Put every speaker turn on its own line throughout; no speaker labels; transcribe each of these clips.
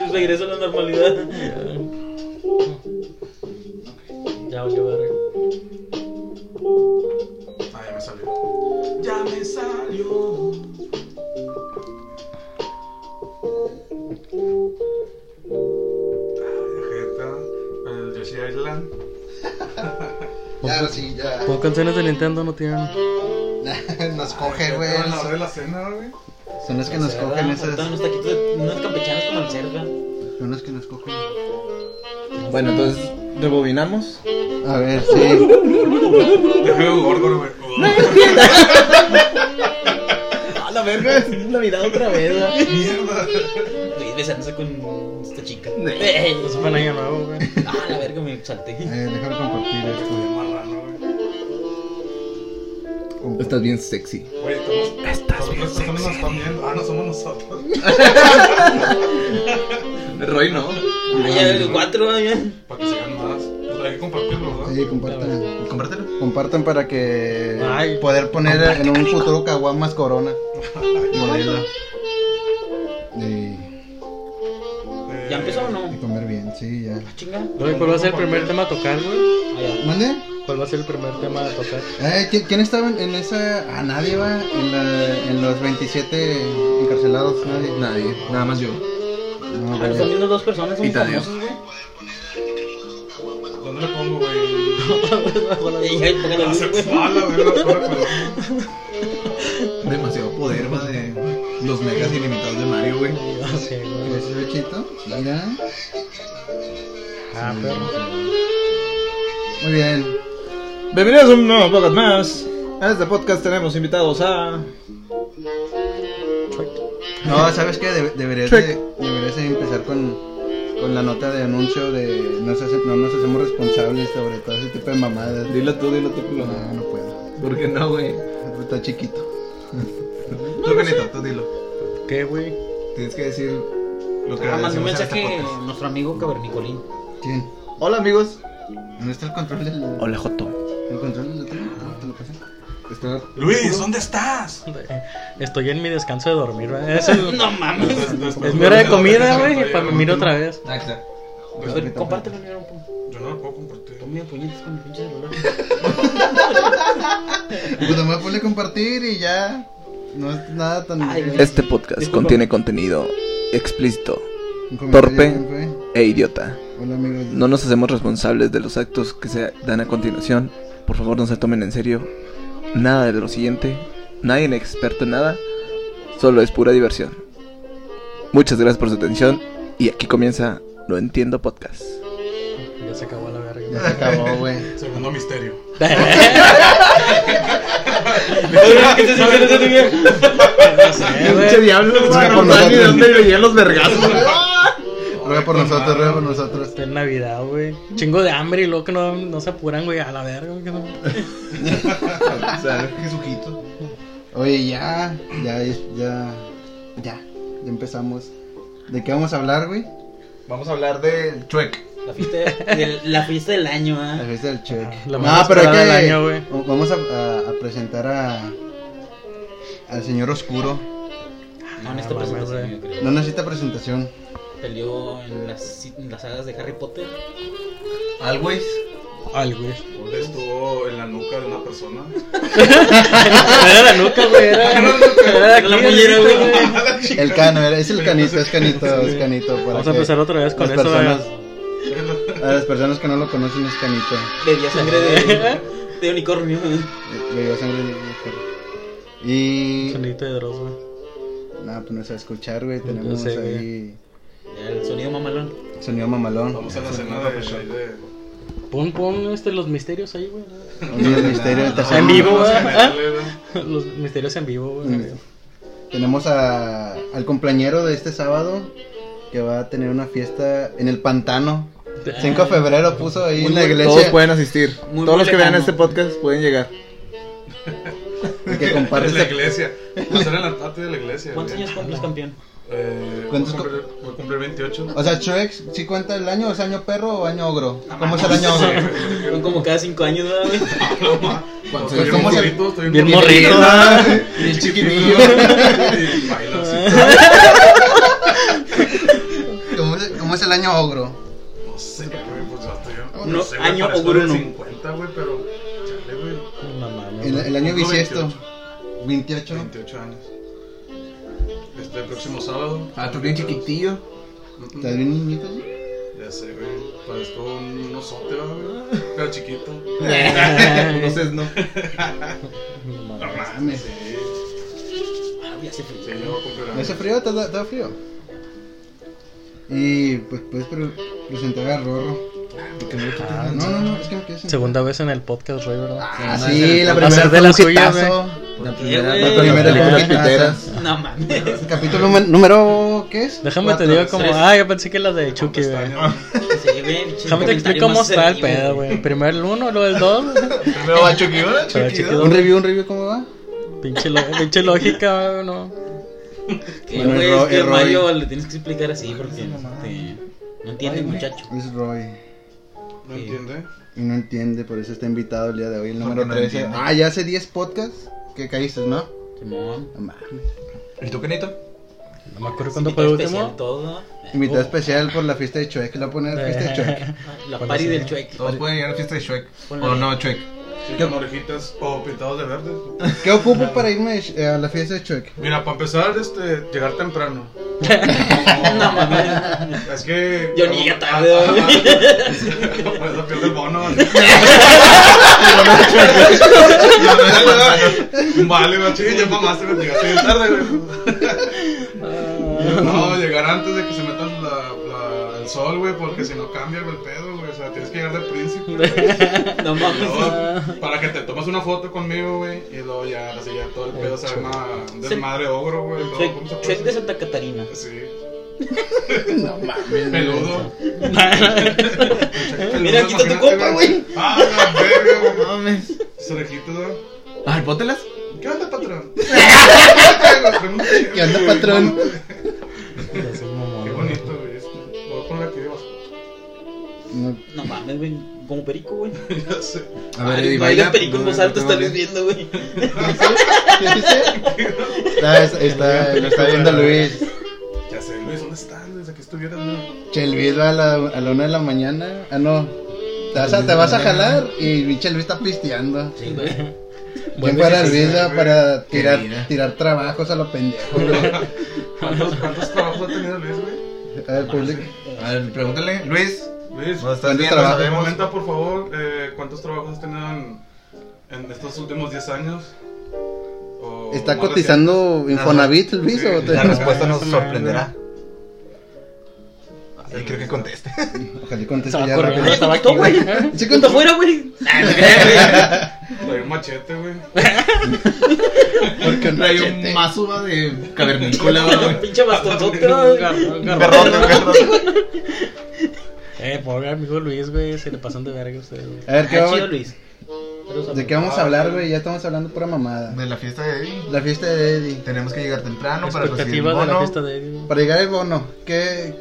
Pues regreso a la normalidad. Ya, valió verga.
Ah, ya me salió. Ya me salió. Ay, jeta. Con el Yoshi Island.
Ya, ahora sí, ya.
Como canciones de Nintendo no tienen.
Nos coge,
Ay,
güey.
jeta, A la hora de la cena, güey.
Son las que nos
Cerda,
cogen
faltan
esas.
unos taquitos, de- unos campechanos como el cerda.
Son las que nos cogen.
Bueno, entonces, rebobinamos.
A ver, sí.
Déjame gordo, güey.
A la verga, es Navidad otra vez. güey.
Mierda.
Estoy besándose con esta chica.
Eh.
Eso fue en año nuevo, güey.
Ah, la verga, me salté.
Eh, déjame compartir esto.
Marrano, güey.
Estás bien sexy.
Güey, todos- todas las personas nos están viendo. Ah, no somos nosotros.
Roy no.
Ah, ya, los cuatro, ya.
Para que sigan más. Pues hay que compartirlo, ¿verdad?
Sí, compartan.
Compártelo.
Compartan para que
Ay.
poder poner en un futuro caguamas corona. Modelo. Y,
Eh,
¿Ya empezó o no?
y comer bien, sí, ya.
Ah, Chinga.
Güey, ¿Cuál Pues va a ser el primer tema a tocar, güey?
Ah, ya.
¿Mande?
¿Cuál va a ser el primer tema a tocar?
Eh, ¿qui- ¿Quién estaba en, en esa.? Ah, nadie va. En, la- en los 27 encarcelados, nadie.
Nadie, nada más yo.
No,
Ah, son
güey.
viendo dos personas, son
Y Tadeo.
famosos, güey.
¿Dónde le pongo, güey?
Y ya, apaga la
La
luz, güey.
sexual, la verdad. ahora, perdón.
Demasiado poder, va, de los megas ilimitados de Mario, güey.
No sé, güey.
¿Ese bichito? Mira.
Ah, perro.
Muy bien.
Bienvenidos a un nuevo podcast más. A este podcast tenemos invitados a.
No, ¿sabes qué? Debe- deberías,
Check.
de, deberías de empezar con, con la nota de anuncio de no, se hace- no nos hacemos responsables sobre todo ese tipo de mamadas.
Dilo tú, dilo tú,
No,
culo.
no puedo.
¿Por qué no, güey?
Está chiquito.
Tú, Benito, tú dilo.
¿Qué, güey?
Tienes que decir lo que
Ah, mandó un
agradecemos a este
mensaje
podcast.
nuestro amigo Cavernicolín.
¿Quién?
Hola, amigos.
¿Dónde está el control del...
Hola, Joto.
¿El control del otro? Ah, te lo pasé.
Está.
Luis, ¿dónde estás?
Estoy en mi descanso de dormir, güey. Es, el-
No mames.
es mi hora de comida, güey, y para dormir otra vez.
Ah, está.
Pues,
A ver, compártelo, mira, un poco.
Yo no lo puedo compartir.
Ponme puñetas con mi pinche celular.
Pues nomás ponle compartir y ya. No es nada tan...
Ay, güey.
Este podcast
Disculpa.
contiene contenido explícito
Un comentario
torpe.
bien fue.
e idiota.
Hola, amigos.
No nos hacemos responsables de los actos que se dan a continuación. Por favor, no se tomen en serio nada de lo siguiente. Nadie es experto en nada. Solo es pura diversión. Muchas gracias por su atención. Y aquí comienza Lo Entiendo Podcast.
Ya se acabó la
Ya se
verga.
acabó, güey.
Segundo misterio.
¿Qué te sucede, te sucede?
No sé,
Pinche
güey.
diablo, güey.
Ruega por
No sabes ni de
nosotros.
dónde venían los vergazos, güey.
Ruega por nosotros, ruega por nosotros.
Está en Navidad, güey. Chingo de hambre y luego que no, no se apuran, güey. A la verga, güey. que no-
O sea, Jesuquito.
Oye, ya, ya, ya, ya, ya empezamos. ¿De qué vamos a hablar, güey?
Vamos a hablar de Chuec.
La fiesta del- La fiesta del año,
La
ah.
fiesta del Che.
La más esperada del año, güey.
vamos a, a- a presentar a al señor oscuro.
Con esta
Ah, mames,
presentación,
güey.
este yo creo.
No necesita presentación.
Peleó en las, en las sagas de Harry Potter.
Always.
Al, güey.
Estuvo en la nuca de una persona.
Era la nuca, güey. Era, era de
Era la
aquí,
mollera,
güey.
güey.
El cano, era- es el canito, es canito, es canito. para
Vamos a
que
empezar otra vez con
las
eso,
personas-
güey.
A las personas que no lo conocen es canito.
Bebía sangre de, de unicornio. güey.
Le- le dio sangre en el cuerpo. Y...
Sonidito de Dross, güey.
Nada, pues no se va a escuchar, güey. Tenemos
sé, güey.
ahí
El sonido mamalón.
sonido mamalón.
Vamos a la cena de.
pues,
de-
Pon, pon este, los misterios ahí, güey.
Un misterio de tercer
En
mundo.
vivo,
Ah, Vamos a
¿eh?
la cena
Los misterios en vivo, güey.
Mm. Tenemos a, al compañero de este sábado que va a tener una fiesta en el pantano. 5 de febrero puso ahí en la
Todos
iglesia.
pueden asistir.
Muy
Todos los que vean
lejano.
este podcast pueden llegar.
El que
de-
comparte
de la
ese-
iglesia. Va a ser en la parte de la iglesia.
¿Cuántos
güey.
años cumples, campeón?
Eh,
¿Cuántos Ah,
voy a cumplir- Voy a cumplir 28.
O sea, Chuex, ¿sí cuenta el año? ¿Es año perro o año ogro? ¿Cómo es el año ogro?
Son como cada cinco años, ¿verdad, güey.
Pues,
Estoy bien
¿cómo se-
gordito, estoy
Bien
gordito.
morrido, ¿verdad?
Bien chiquitillo.
Y bailo así.
¿Cómo se, ¿Cómo es el año ogro?
No sé, güey, pues yo estoy. yo
No,
sé, güey,
año
para esto
ogro
era
no.
50, güey, pero. Chale, güey.
No mames.
El, el año
Ogro
bisiesto. 28.
28 años. Este próximo sábado.
Ah, tú bien chiquitillo.
Mm,
¿Estás bien niñito?
Ya sé, güey. Parezco un osote, ¿verdad, güey. Pero chiquito.
Ah,
Entonces, no.
No mames.
No
mames.
mames. Sí,
Ah, ya se
sí, yo voy a cumplir
¿No hace
años.
frío? ¿Está, está frío? Y pues puedes pre- presentar a Rorro. Porque me lo quitas.
Ah,
no, no, no, es que me quedé sin-
Segunda vez en el podcast, Roy, ¿verdad?
Ah,
Sí,
sí, la
va a
primera
ser de
fue
la
un
suya,
hitazo.
La primera,
güey?
la
La primera
primera,
fue
con
un
las
hitazo.
piteras.
No mames.
Capítulo nume- número. ¿Qué es?
Déjame
Cuatro.
te digo como,
tres.
ah, yo pensé que la de Chucky, güey.
Pestaña, güey.
Sí, güey, pinche
Déjame te
comentario
explico cómo
más
está el
servil,
pedo, güey. Primero el uno, luego el dos.
Primero va Chucky, ¿verdad?
Pero el
Chucky.
chiquito,
Un review, un review, ¿cómo va?
pinche, lo- pinche lógica, güey, no.
Que,
Bueno,
güey,
el Ro-
es que
el Roy.
Mario le tienes que explicar así porque este, no entiende el muchacho.
Es Roy.
¿No entiende?
Y no entiende, por eso está invitado el día de hoy, el número
Porque no
13.
entiende.
ah, ya hace 10 podcasts que caíste, ¿no?
Simón.
No mames.
¿Y tú, Kenito?
No me acuerdo cuándo
Sí,
fue el
especial
último.
Todo.
Oh.
Invitado especial por la fiesta de Chueque, le voy a poner la fiesta de Chueque.
La
Bueno,
pari
sí.
del chueque.
Todos pueden llegar a la fiesta de Shrek.
Ponle
O
ahí.
no, Shrek.
Sí, con orejitas o pintados de verde.
¿Qué ocupo para irme de Ch- eh, a la fiesta de Chueque?
Mira, para empezar, este, llegar temprano.
No mames.
Es que. ah,
Yo llegué tarde, güey.
Pues no pierde el bono. "Pues, Vale, machín, ya mamaste, me llegaste bien tarde, güey. No, llegar antes de que se metan la, la- el sol, güey, porque si no cambia güey, el pedo, güey. O sea, tienes que llegar de príncipe. güey.
No
Y
mames.
luego, para que te tomes una foto conmigo, güey. Y luego ya, así ya todo el pedo se arma un desmadre ogro, güey. todo, ¿cómo
Chueque
se puede
chueque de
decir?
Santa Catarina.
Sí. Peludo.
Mira, quita tu copa, güey.
Ah, la verga, güey.
Mames.
Sus orejitas, güey.
Ah, pótelas.
¿Qué onda, patrón?
¿Qué onda, patrón?
Ya soy mamón,
Qué
güey.
bonito, güey. esto. Lo voy a poner aquí debajo.
No.
No mames, güey. Como perico, güey.
Ya sé.
A ver,
Ay,
y
baila
baila.
perico en voz alta,
No, no, no,
estás viendo, güey.
¿Qué dice? Está, está, Ah, está, lo está viendo Luis.
Ya sé, Luis, ¿dónde estás? Desde que estuvieras, güey.
Che, Luis va a la, a la una de la mañana. Ah, no. Te vas a, te vas a jalar y pinche Luis está pisteando.
Sí, güey.
¿Quién
Buen
para
ejercicio,
Luis va
güey.
para
Qué
tirar,
vida.
tirar trabajos a los pendejos?
¿Cuántos, ¿Cuántos trabajos ha tenido Luis, güey?
A ver, público.
A ver, pregúntale. Luis.
Luis,
No estás
¿Cuántos
viendo,
trabajos?
sabemos.
comenta, por favor, eh, ¿cuántos trabajos has tenido en, en estos últimos 10 años? O
¿Está
más
cotizando Infonavit, Luis? o te-
La respuesta nos
Ay,
sorprenderá.
recientes.
Ay, creo que conteste.
Ojalá y conteste
Estaba
ya
corriendo,
rápido.
estaba
Todo, güey.
aquí, güey.
Chico,
¿Cuánto fuera, güey?
Trae un machete, güey.
Porque no
Trae un mazo de cavernícola, güey.
Pinche bastonzote, güey.
Un
Garrote,
garrote.
güey.
Eh, pobre amigo Luis, güey, se le pasan de verga a ustedes, güey.
A ver, ¿qué
Ah,
vamos-
chido, Luis. Ah,
¿de qué vamos a hablar, güey? Ya estamos hablando pura mamada.
De la fiesta de Eddie.
La fiesta de Eddie.
Tenemos que llegar temprano para recibir el
Expectativas de la
bono.
fiesta de Eddie, güey.
Para llegar al bono, ¿qué,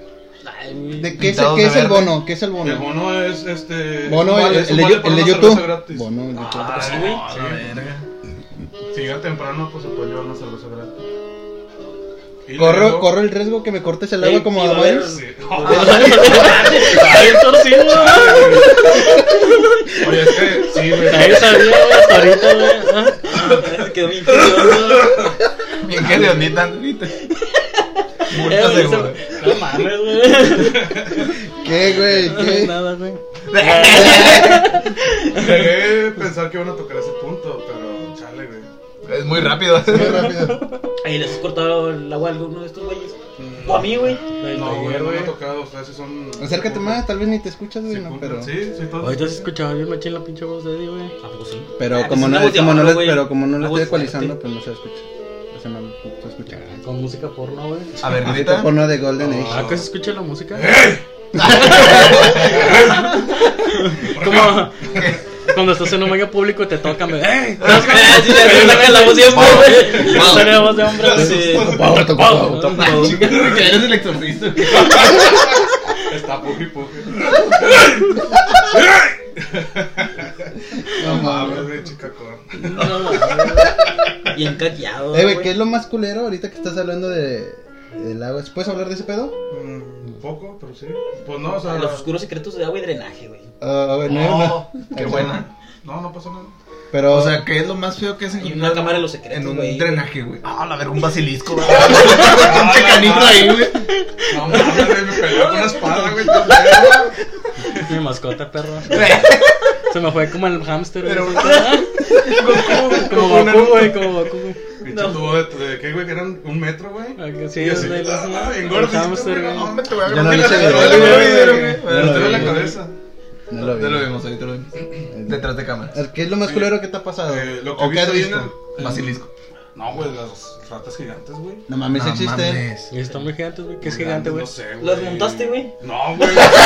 Ay, güey.
de, qué, es,
Pintados
qué
de
es el
verde.
bono? ¿Qué es el bono?
El bono es este.
Bono,
es un
el,
vale- es
el
un
de,
vale
Yo-
para
el de
una cerveza
YouTube.
gratis.
Bono, el de YouTube.
Ah, sí, güey.
A la verga.
Si llega temprano, pues se puede llevar una cerveza gratis. Y
corro,
luego-
corro el riesgo que me cortes el
Ey,
agua como
iba
a
a ver-
varios.
Sí.
Está bien torcido, güey.
Oye, es que sí, güey.
Nadie sabía, güey, hasta ahorita, güey. Ah,
Quedó bien curioso.
Bien que Leonita ahorita.
eh,
Muerto
güey,
seguro.
se- No mames, güey.
¿Qué, güey? ¿Qué?
Nada, güey.
Llegué a pensar que iban a tocar ese punto, pero chale, güey.
Es muy rápido.
Muy rápido.
Ahí les has cortado el agua a alguno de estos güeyes. O a mí, güey.
No, güey,
Taller,
no me
güey.
ha tocado. Ustedes sí son.
Acércate más, tal vez ni te escuchas,
Sí,
güey, no,
punto.
pero...
Sí, sí, todo.
Ahorita se escuchaba bien machín la pinche voz de Eddie, güey.
¿A poco sí?
Pero
Ah, pues,
como no,
una voz de
como no,
abajo,
les-
güey.
pero como no lo
Una
estoy
voz
ecualizando,
fuerte.
pues no se escucha. O sea, no lo puedo escuchar.
Ya, Con música porno, güey.
A ver,
Tipo
Leonita.
porno de Golden
Ah,
Age.
que se escucha la música.
Acá.
Como cuando estás en un baño público te tocan, güey. ¡Eh!
Ah, sí, le saca la voz siempre, güey.
Te sale la voz de hombre, güey.
Sí.
Wow, tocó, wow, tocó.
Chica, que eres el exorcista.
Está puji puji.
No mames.
Hablas de chica con.
Bien caqueado.
Eh, güey, ¿qué es lo más culero ahorita que estás hablando de, El agua. ¿Puedes hablar de ese pedo?
Mm, Un poco, pero sí. Pues no, o sea.
Los oscuros secretos de agua y drenaje, güey.
Ah, a ver, no,
Oh,
no.
qué
Ahí
buena.
No, no pasó nada.
está. Pero,
O sea, ¿qué es lo más feo que es
Y una cámara de los secretos,
en un
güey.
drenaje, güey? Ah, la ver, un basilisco, güey. Pinche canicro ahí, güey.
No mames, güey, me peleó con una espada, güey.
Mi mascota, perro. Se me fue como el hámster. güey. ¿Ah?
Pero-
como Goku, güey, como Goku, güey.
Pinche tubo de, de qué, güey, que eran un metro, güey.
Aquí Sí,
Y así,
es de los
ah,
el
engorda,
hámster,
güey,
güey.
no,
Hombre, te voy a
Ya no
ver.
le
Te
hice
voy a
video,
ver,
güey.
güey.
Ya
Me
lo
estoy en la
vi,
cabeza.
no lo vi. Eh,
Ya lo vimos, ahorita lo vimos. Detrás de cámara.
¿Qué es lo más
Sí.
culero que te ha pasado?
Eh, lo que
¿O
he
qué has
visto ahí en
visto?
el-
Basilisco.
No, güey, las ratas gigantes, güey.
No mames,
No
existen.
mames.
Y están muy gigantes, güey. Que es
Muy
gigante,
grandes,
güey.
No sé, güey.
¿Las montaste, güey?
No, güey. Espérate,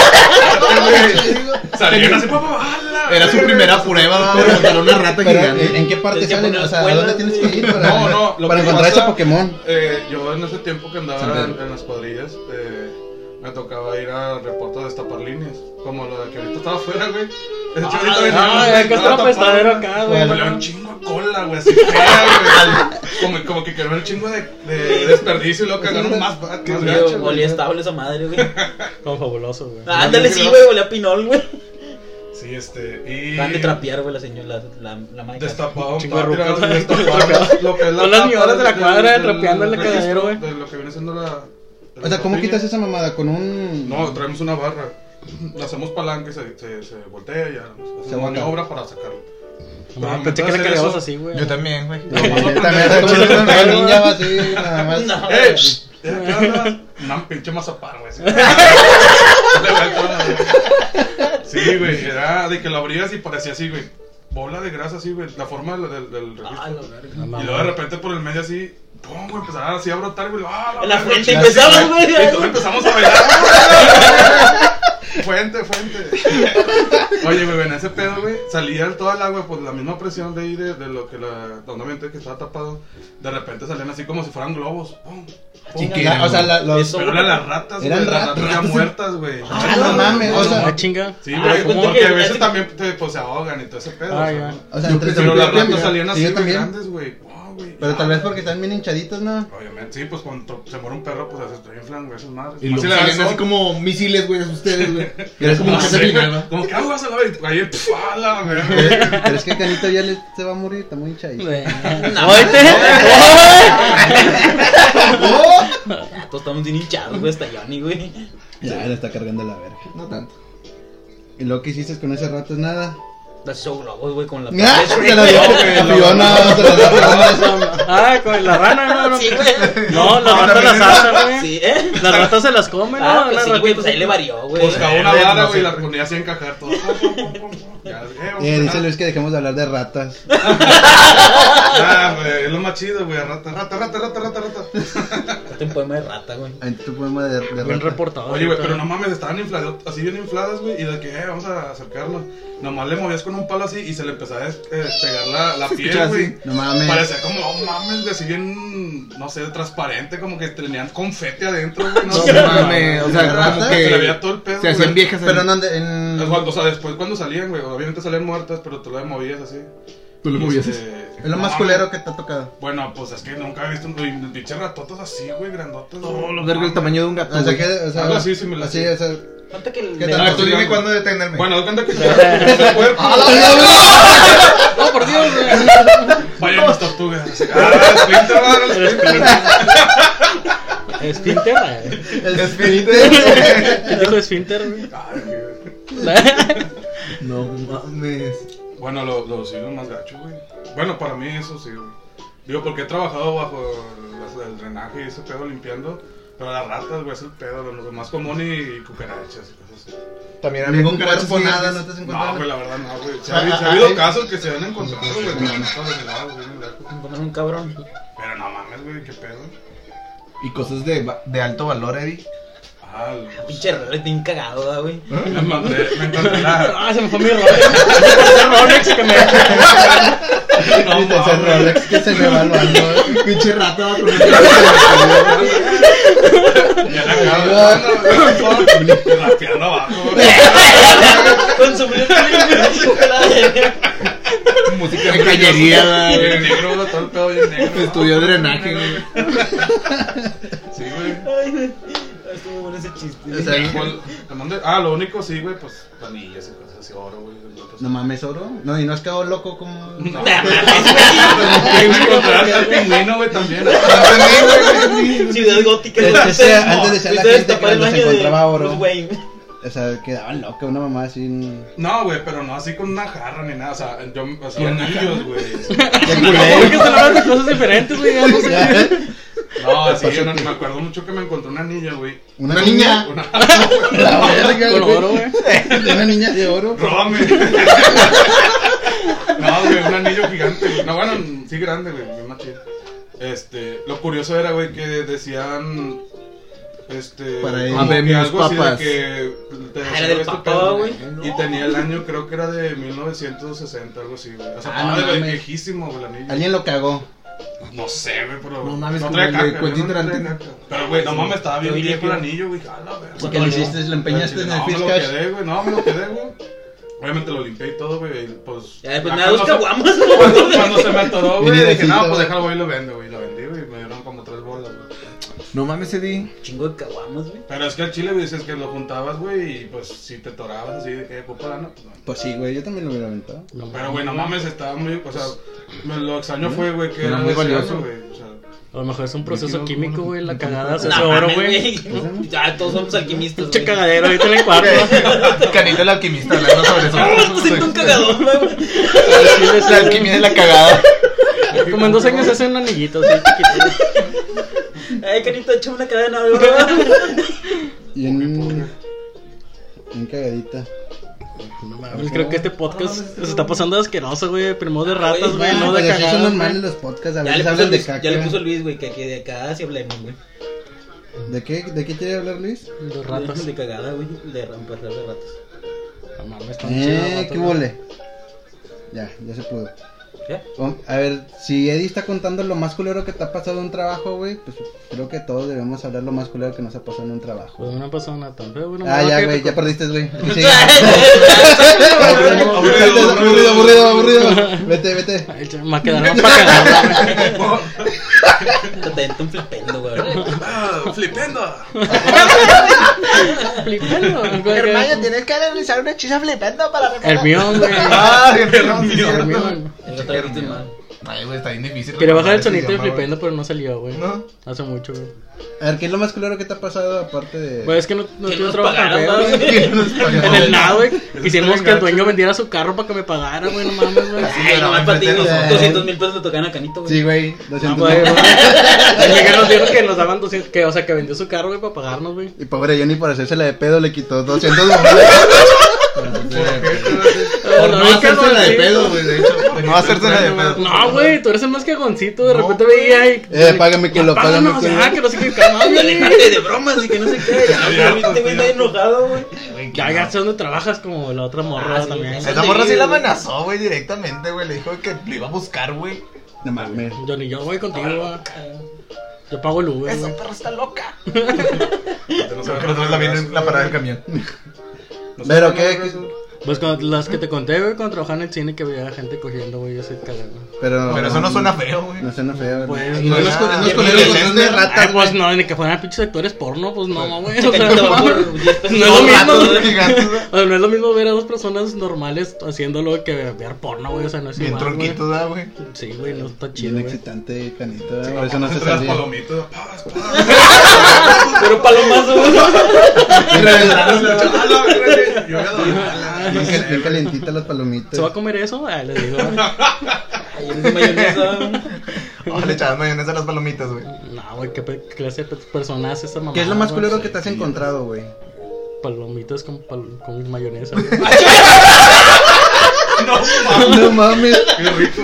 güey. Salieron así, papá, ¡hala!
Era su primera prueba, güey. Montar una rata
Pero, eh, ¿en,
gigante.
en qué parte
Tienes que
salen?
poner
O sea, ¿a
escuelas,
dónde tienes que ir para,
No, no, lo
para
que
encontrar
pasa-
ese Pokémon?
Eh, yo en ese tiempo que andaba
San Pedro.
en, en las cuadrillas, eh, me tocaba ir a reporte de destapar líneas. Como la que ahorita estaba afuera, güey. De hecho, ahorita
Ah,
venía.
ya que está apestadero acá, güey.
Me un chingo a cola, güey, así fea, güey. Como, como que quedaron un chingo de, de desperdicio y luego cagaron más, más gacho,
Ah, Güey,
güey.
Olía estable esa madre, güey.
Como fabuloso, güey.
Ah, Ándale, sí, güey, olía a pinol, güey.
Sí, este, y...
Van de trapear, güey, la señora, la, la, la maica.
Destapado,
Chingo de
patria,
rucas.
destapado, lo que es la
Son las
tapa
señoras de la
del-
cuadra
del-
trapeando el
del
cagadero,
registro,
güey.
De lo que viene siendo la...
O sea, ¿cómo
la
quitas
patrulla.
esa mamada? ¿Con un...?
No, traemos una barra. La hacemos palanca y se, se, se voltea y ya. Hacemos
Se
se
voltea.
maniobra para sacarlo.
Ah,
Pero
Pensé que
mientras
la
hacer
cargabas
eso-
así, güey.
Yo también, güey.
No, también es como si fuera una niña va así, nada más.
No,
¡Eh!
güey.
shh, ¿de qué hablas? Una pinche mazapán, güey. así. Sí, güey. Era de que la abrías y parecía así, güey. Bola de grasa así, güey. La forma del, del, del
Ah,
registro.
la verga.
No,
Y
mames.
luego de repente por el medio así, pum, güey, empezaba así a brotar, güey. ¡Ah,
En la
verga,
frente
chingada!
empezabas, güey.
Y todos empezamos a bailar. fuente, fuente. Oye, güey, en ese pedo, güey, salía toda el agua por la misma presión de ahí, de, de lo que la, donde obviamente que estaba tapado. De repente salían así como si fueran globos. ¡Pum! pum.
Chinga.
La- o sea, la- los-
Eso,
Pero eran las ratas, güey.
Eran
Las ratas,
ratas.
ya muertas, güey.
Ah, no mames, o sea,
Ah, chinga.
Sí,
Ah,
güey,
cuenta
porque
que-
a veces también te, pues, se ahogan y todo ese pedo.
Ah,
o sea, ¿no?
ya.
o sea,
Yo
entre
Pero las
también,
ratas salían
sí,
así,
yo
güey,
también.
grandes, güey. Wow, güey.
Pero
Ah,
tal vez porque están bien hinchaditos, ¿no?
Obviamente, sí, pues cuando se muere un perro, pues se te inflan, güey, esas madres.
Y
Más
luego
si le
salen
das sol,
así como misiles, güey, a ustedes, güey.
Y eres
como
no
que
sé,
se
Ah, güey,
pican, ¿no?
Como que aguas a la vez. Ahí, pf, a la verga.
Eh,
¿Crees que Canito ya le- se va a morir? Está muy hinchadito.
Todos estamos bien hinchados, güey, hasta Johnny, güey.
Ya, lo está cargando la verga.
No tanto.
¿Y lo que hiciste con ese rato es nada?
Las show globos, güey, con la
¡Ah! Se la dio
güey.
a Fiona, se la dio a Fiona.
Ah, con la rana, no,
Sí,
no.
güey.
No, las ratas las hacen, güey.
Ah, Sí, ¿eh?
Las ratas se las comen, ¿no?
Ah, pues
Las
sí, güey, pues
ratitas.
ahí le varió, güey.
Buscaba una
Eh,
vara,
no
güey, y
sé.
la ponía así a encajar todo. eh, Pum, pum, pum, pum. Ya, eh,
Eh, dice
ah,
Luis que dejemos de hablar de ratas.
Ah, güey, es lo más chido, güey. Rata, rata, rata, rata, rata, rata.
Este poema de rata, güey.
En tu poema de, de
Buen
ratas.
reportador.
Oye, güey,
ahorita.
pero no mames, estaban infladas, así bien infladas, güey, y de que, eh, vamos a acercarlo. Nomás le movías con un palo así y se le empezaba a des- eh, pegar la, la piel,
escuchaba así.
güey.
No mames.
Parecía como, oh mames, güey, así bien, no sé, transparente, como que tenían confeti adentro, güey. No,
No
sé,
mames, o sea,
Era-
como
Se le
que
veía todo el pedo.
se hacían
güey.
viejas. ahí.
Pero no, ande- en...
O sea, O sea, después cuando salían, güey, obviamente salían muertas, pero tú la movías así.
Tú lo
Y,
movías.
este,
Es lo
no
más
mames.
culero que te ha tocado.
Bueno, pues es que nunca he visto un güey, pinche ratotas así, güey, grandotas.
No, lo verga el tamaño de un gato.
O sea,
güey.
que, o sea,
Algo así similar.
Así, o sea,
Falta que
¿Qué
el.
tal?
A ver, tú dime
Digamos.
cuándo detenerme.
Bueno, de cuenta que se cuerpo.
No, por Dios, güey.
Vayan las tortugas. Ah, Splinter, va a dar el Splinter.
Esfínter, eh.
el
¿Qué tipo de esfínter, güey?
Ay, güey.
No mames.
Bueno, lo- los siglos más gachos, güey. Bueno, para mí eso sí, güey. Digo, porque he trabajado bajo el, el drenaje y ese pedo limpiando. Pero las ratas, güey, es el pedo, lo, lo más común y, cucarachas. y cosas así.
También había
Ningún
cucarachas
cuerpo,
gigantes.
nada, no te has
No,
encontrado. Ah,
güey, la verdad no, güey. Se ha, habi- se ha
eh.
habido casos que se han encontrado, güey. de ratas de lado, güey, en el lago.
Pones un cabrón.
Pero no mames, güey, qué pedo.
Y cosas de, va- de alto valor, Eddie.
Ah,
Ah, Pinche error, bien cagado, ah, güey.
me encontré, me encontré la.
Ah, se me fue mi Rolex. Ese Rolex que me.
No,
Y te hace
mames.
Rolex que se me va al baño.
Pinche rata.
Ya la cabrón. Rapeando abajo, güey.
Con su Pero
Música de cañería.
Bien negro, güey, todo el pedo bien negro.
Estudió drenaje, güey.
Sí, güey.
chiste.
O sea,
Pues, ¿en dónde? Ah, lo único sí, güey, pues anillas y cosas así, oro, güey. pues,
No mames, oro. No, y no has quedado loco como.
No, güey, güey, encontrarás al pingüino, güey, también.
Ciudad gótica.
Es- es que antes decía la
Ustedes
gente que
taparon el
los
baño de
encontraba oro.
Bruce Wayne.
O sea, quedaban loca una mamá así. De
No, güey, pero no así con una jarra ni nada. O sea, yo, o sea, anillos, güey.
¿Por qué
culero.
se hablan de cosas diferentes, güey? Ya no sé.
¿eh?
No, sí, yo no- me acuerdo mucho que me encontré una niña, güey.
Una niña.
Una
La verga,
Con
güey.
oro, güey.
De una niña de oro.
Róbame. no, güey, un anillo gigante. güey. No, bueno, sí grande, güey, bien machín. Este, lo curioso era, güey, que decían este
Para
como
Habemus
que algo así
papas.
de que te
Ah,
decían
era del
este
papá,
pedo,
güey.
Y tenía el año, creo que era de 1960, algo así, güey. O sea,
Ah,
estaba
no
de-
mames.
viejísimo, güey, el anillo.
Alguien lo cagó.
No sé, güey, pero.
No mames,
trae
como el de
caca,
Quentin
güey, no trae
Tarantino.
caca. Pero, güey, no mames, estaba bien
Lo
viejo el
viejo.
anillo, güey. A la verga.
¿Y qué le hiciste? ¿Lo empeñaste en el
No, me
Fish
lo
Cash?
quedé, güey. No, me lo quedé, güey. Obviamente lo limpié y todo, güey. y Pues.
Ya después
ya
me da dos
cuando se-
caguamas.
Cuando, cuando se me atoró,
Bien
güey, dije,
directito,
no, pues
güey.
déjalo, güey, y lo vendo, güey. y Lo vendí, güey. y Me dieron como tres bolas, güey.
No mames, Eddie.
Chingo de caguamas, güey.
Pero es que al chile, güey, dices que lo juntabas, güey, y pues si te atorabas así de que ocupa lana, pues no.
Pues sí, güey, yo también lo hubiera aventado.
Pero, güey, no mames, estaba muy. O sea, me lo extraño fue, güey, que
Era
era
muy
muy valioso,
valioso.
güey. O sea,
A lo mejor es un proceso
Líquido,
químico,
¿cómo?
güey. La cagada se hace
No
oro,
mames,
güey.
güey. Ya, todos somos alquimistas.
Pinche
güey.
cagadero ahorita en el cuarto.
Canito el alquimista hablando sobre
Ah, Siento un cagadón, güey.
Pues,
La alquimia de la cagada.
Como en dos años se hace un anillito así chiquitito.
Ay, canito, échame una cadena de oro.
Y en. En cagadita.
Pues creo que este podcast se está pasando asqueroso, güey. Primero de
Ah,
ratas,
güey,
güey.
Ah,
No
pues
de
así son
cagadas.
normales
güey.
los podcasts.
Ya
A
le
veces
puso
hablan de
Luis- Ya le puso
caca.
Luis, güey, que aquí de acá sí hablemos, güey.
¿De qué, ¿De qué quiere hablar Luis?
Los ratas.
De cagada, güey. De reemplazar de ratas.
No mames, están chidos los
Eh,
ratas,
qué
güey.
mole. Ya, ya se pudo.
¿Ya?
Vam- A ver, si Eddie está contando lo más culero que te ha pasado en un trabajo, güey, pues creo que todos debemos hablar lo más culero que nos ha pasado en un trabajo.
Pues una persona tan fea, bueno.
Ah,
no,
ya,
que-
güey, ya perdiste, güey. Aquí sigue.
Ay,
Aburrido, aburrido, aburrido, aburrido. Vete, vete.
Ay, ya, Me va a quedar más para cagar, güey.
Te avienta un flipendo, güey.
¡Ah! ¡Flipendo!
Flipando, güey.
tienes que realizar una hechiza flipendo para
Hermión, güey.
Ah,
Hermión.
El otro grito es mal.
Ay, güey, está bien difícil.
Quería bajar el sonido de
del
flipendo, pero no salió, güey.
¿No?
Hace mucho, güey.
A ver, ¿qué es lo más culero que te ha pasado aparte de.
Güey, es que no, no
Que
tuve un
nos
trabajo tan
pagaran,
feo, güey.
güey.
En el nada, güey. Quisiéramos
está
que
bien
el dueño vendiera su carro para que me pagara, güey. No mames, güey.
Ay, no, más para ti,
flipendo.
los 200 mil pesos le tocan a Canito, güey.
eh. Sí, güey, lo
Ah,
No,
siento.
güey, güey. El Miguel nos dijo que nos daban 200, que, o sea, que vendió su carro, güey, para pagarnos, güey.
Y pobre Johnny, por hacérsela de pedo, le quitó 200 dólares.
Por
No hacérsela de pedo, güey, de hecho. No hacérsela de pedo.
No, güey, tú eres el más cagoncito. De repente veía y.
Eh, págame, culo,
Ya,
págame,
páganos,
culo.
ya, que no sé qué carnal,
Ay,
güey.
Alejate de bromas y que no sé qué. Ya, güey, Este güey está enojado, güey.
Ya, ya sé dónde trabajas como la otra morra
Ah, sí,
también.
sí.
Esa morra sí la amenazó, güey, directamente, güey. Le dijo que lo iba a buscar, güey.
No mames.
Yo ni yo voy contigo,
Ah,
güey. Yo pago el Uber,
Esa
güey.
perra está loca.
No
Creo que nosotros la vieron en la parada del camión.
Pero qué.
Pues con las que te conté, güey, cuando trabajaba en el cine que veía gente cogiendo, güey, yo soy cagando.
Pero.
Pero eso no suena feo, güey.
No suena feo, güey.
Pues,
No
no,
es cu- no es
nada.
culero cuando es de
Ay,
ratas, güey.
pues no, ni que fueran pinches actores porno, pues no, güey. O sea,
Canito
no,
va
mames.
por 10 pesos.
No es lo mismo,
Rato,
güey.
güey.
Gigantes, güey.
O sea, no es lo mismo ver a dos personas normales haciéndolo que ver porno, güey. O sea, no es
Bien
igual, güey.
tronquito, da, güey.
Sí, güey, no está chido,
Bien
güey.
excitante, canito. ¿eh? Por eso no se
Entre las
salía.
palomitas. pa, pa.
Pero palomazo, güey.
A la verga, yo ya dormí.
Bien cal- bien calientitas las palomitas.
¿Se va a comer eso? Ah, les digo.
Ay, es mayonesa.
Oh, le echaban mayonesa a las palomitas, güey.
No, güey, ¿qué pe- clase de pe- persona hace esa mamá?
¿Qué es lo más culero que te has encontrado, güey?
Palomitas con, pal- con mayonesa, güey.
No mames.
Qué rico.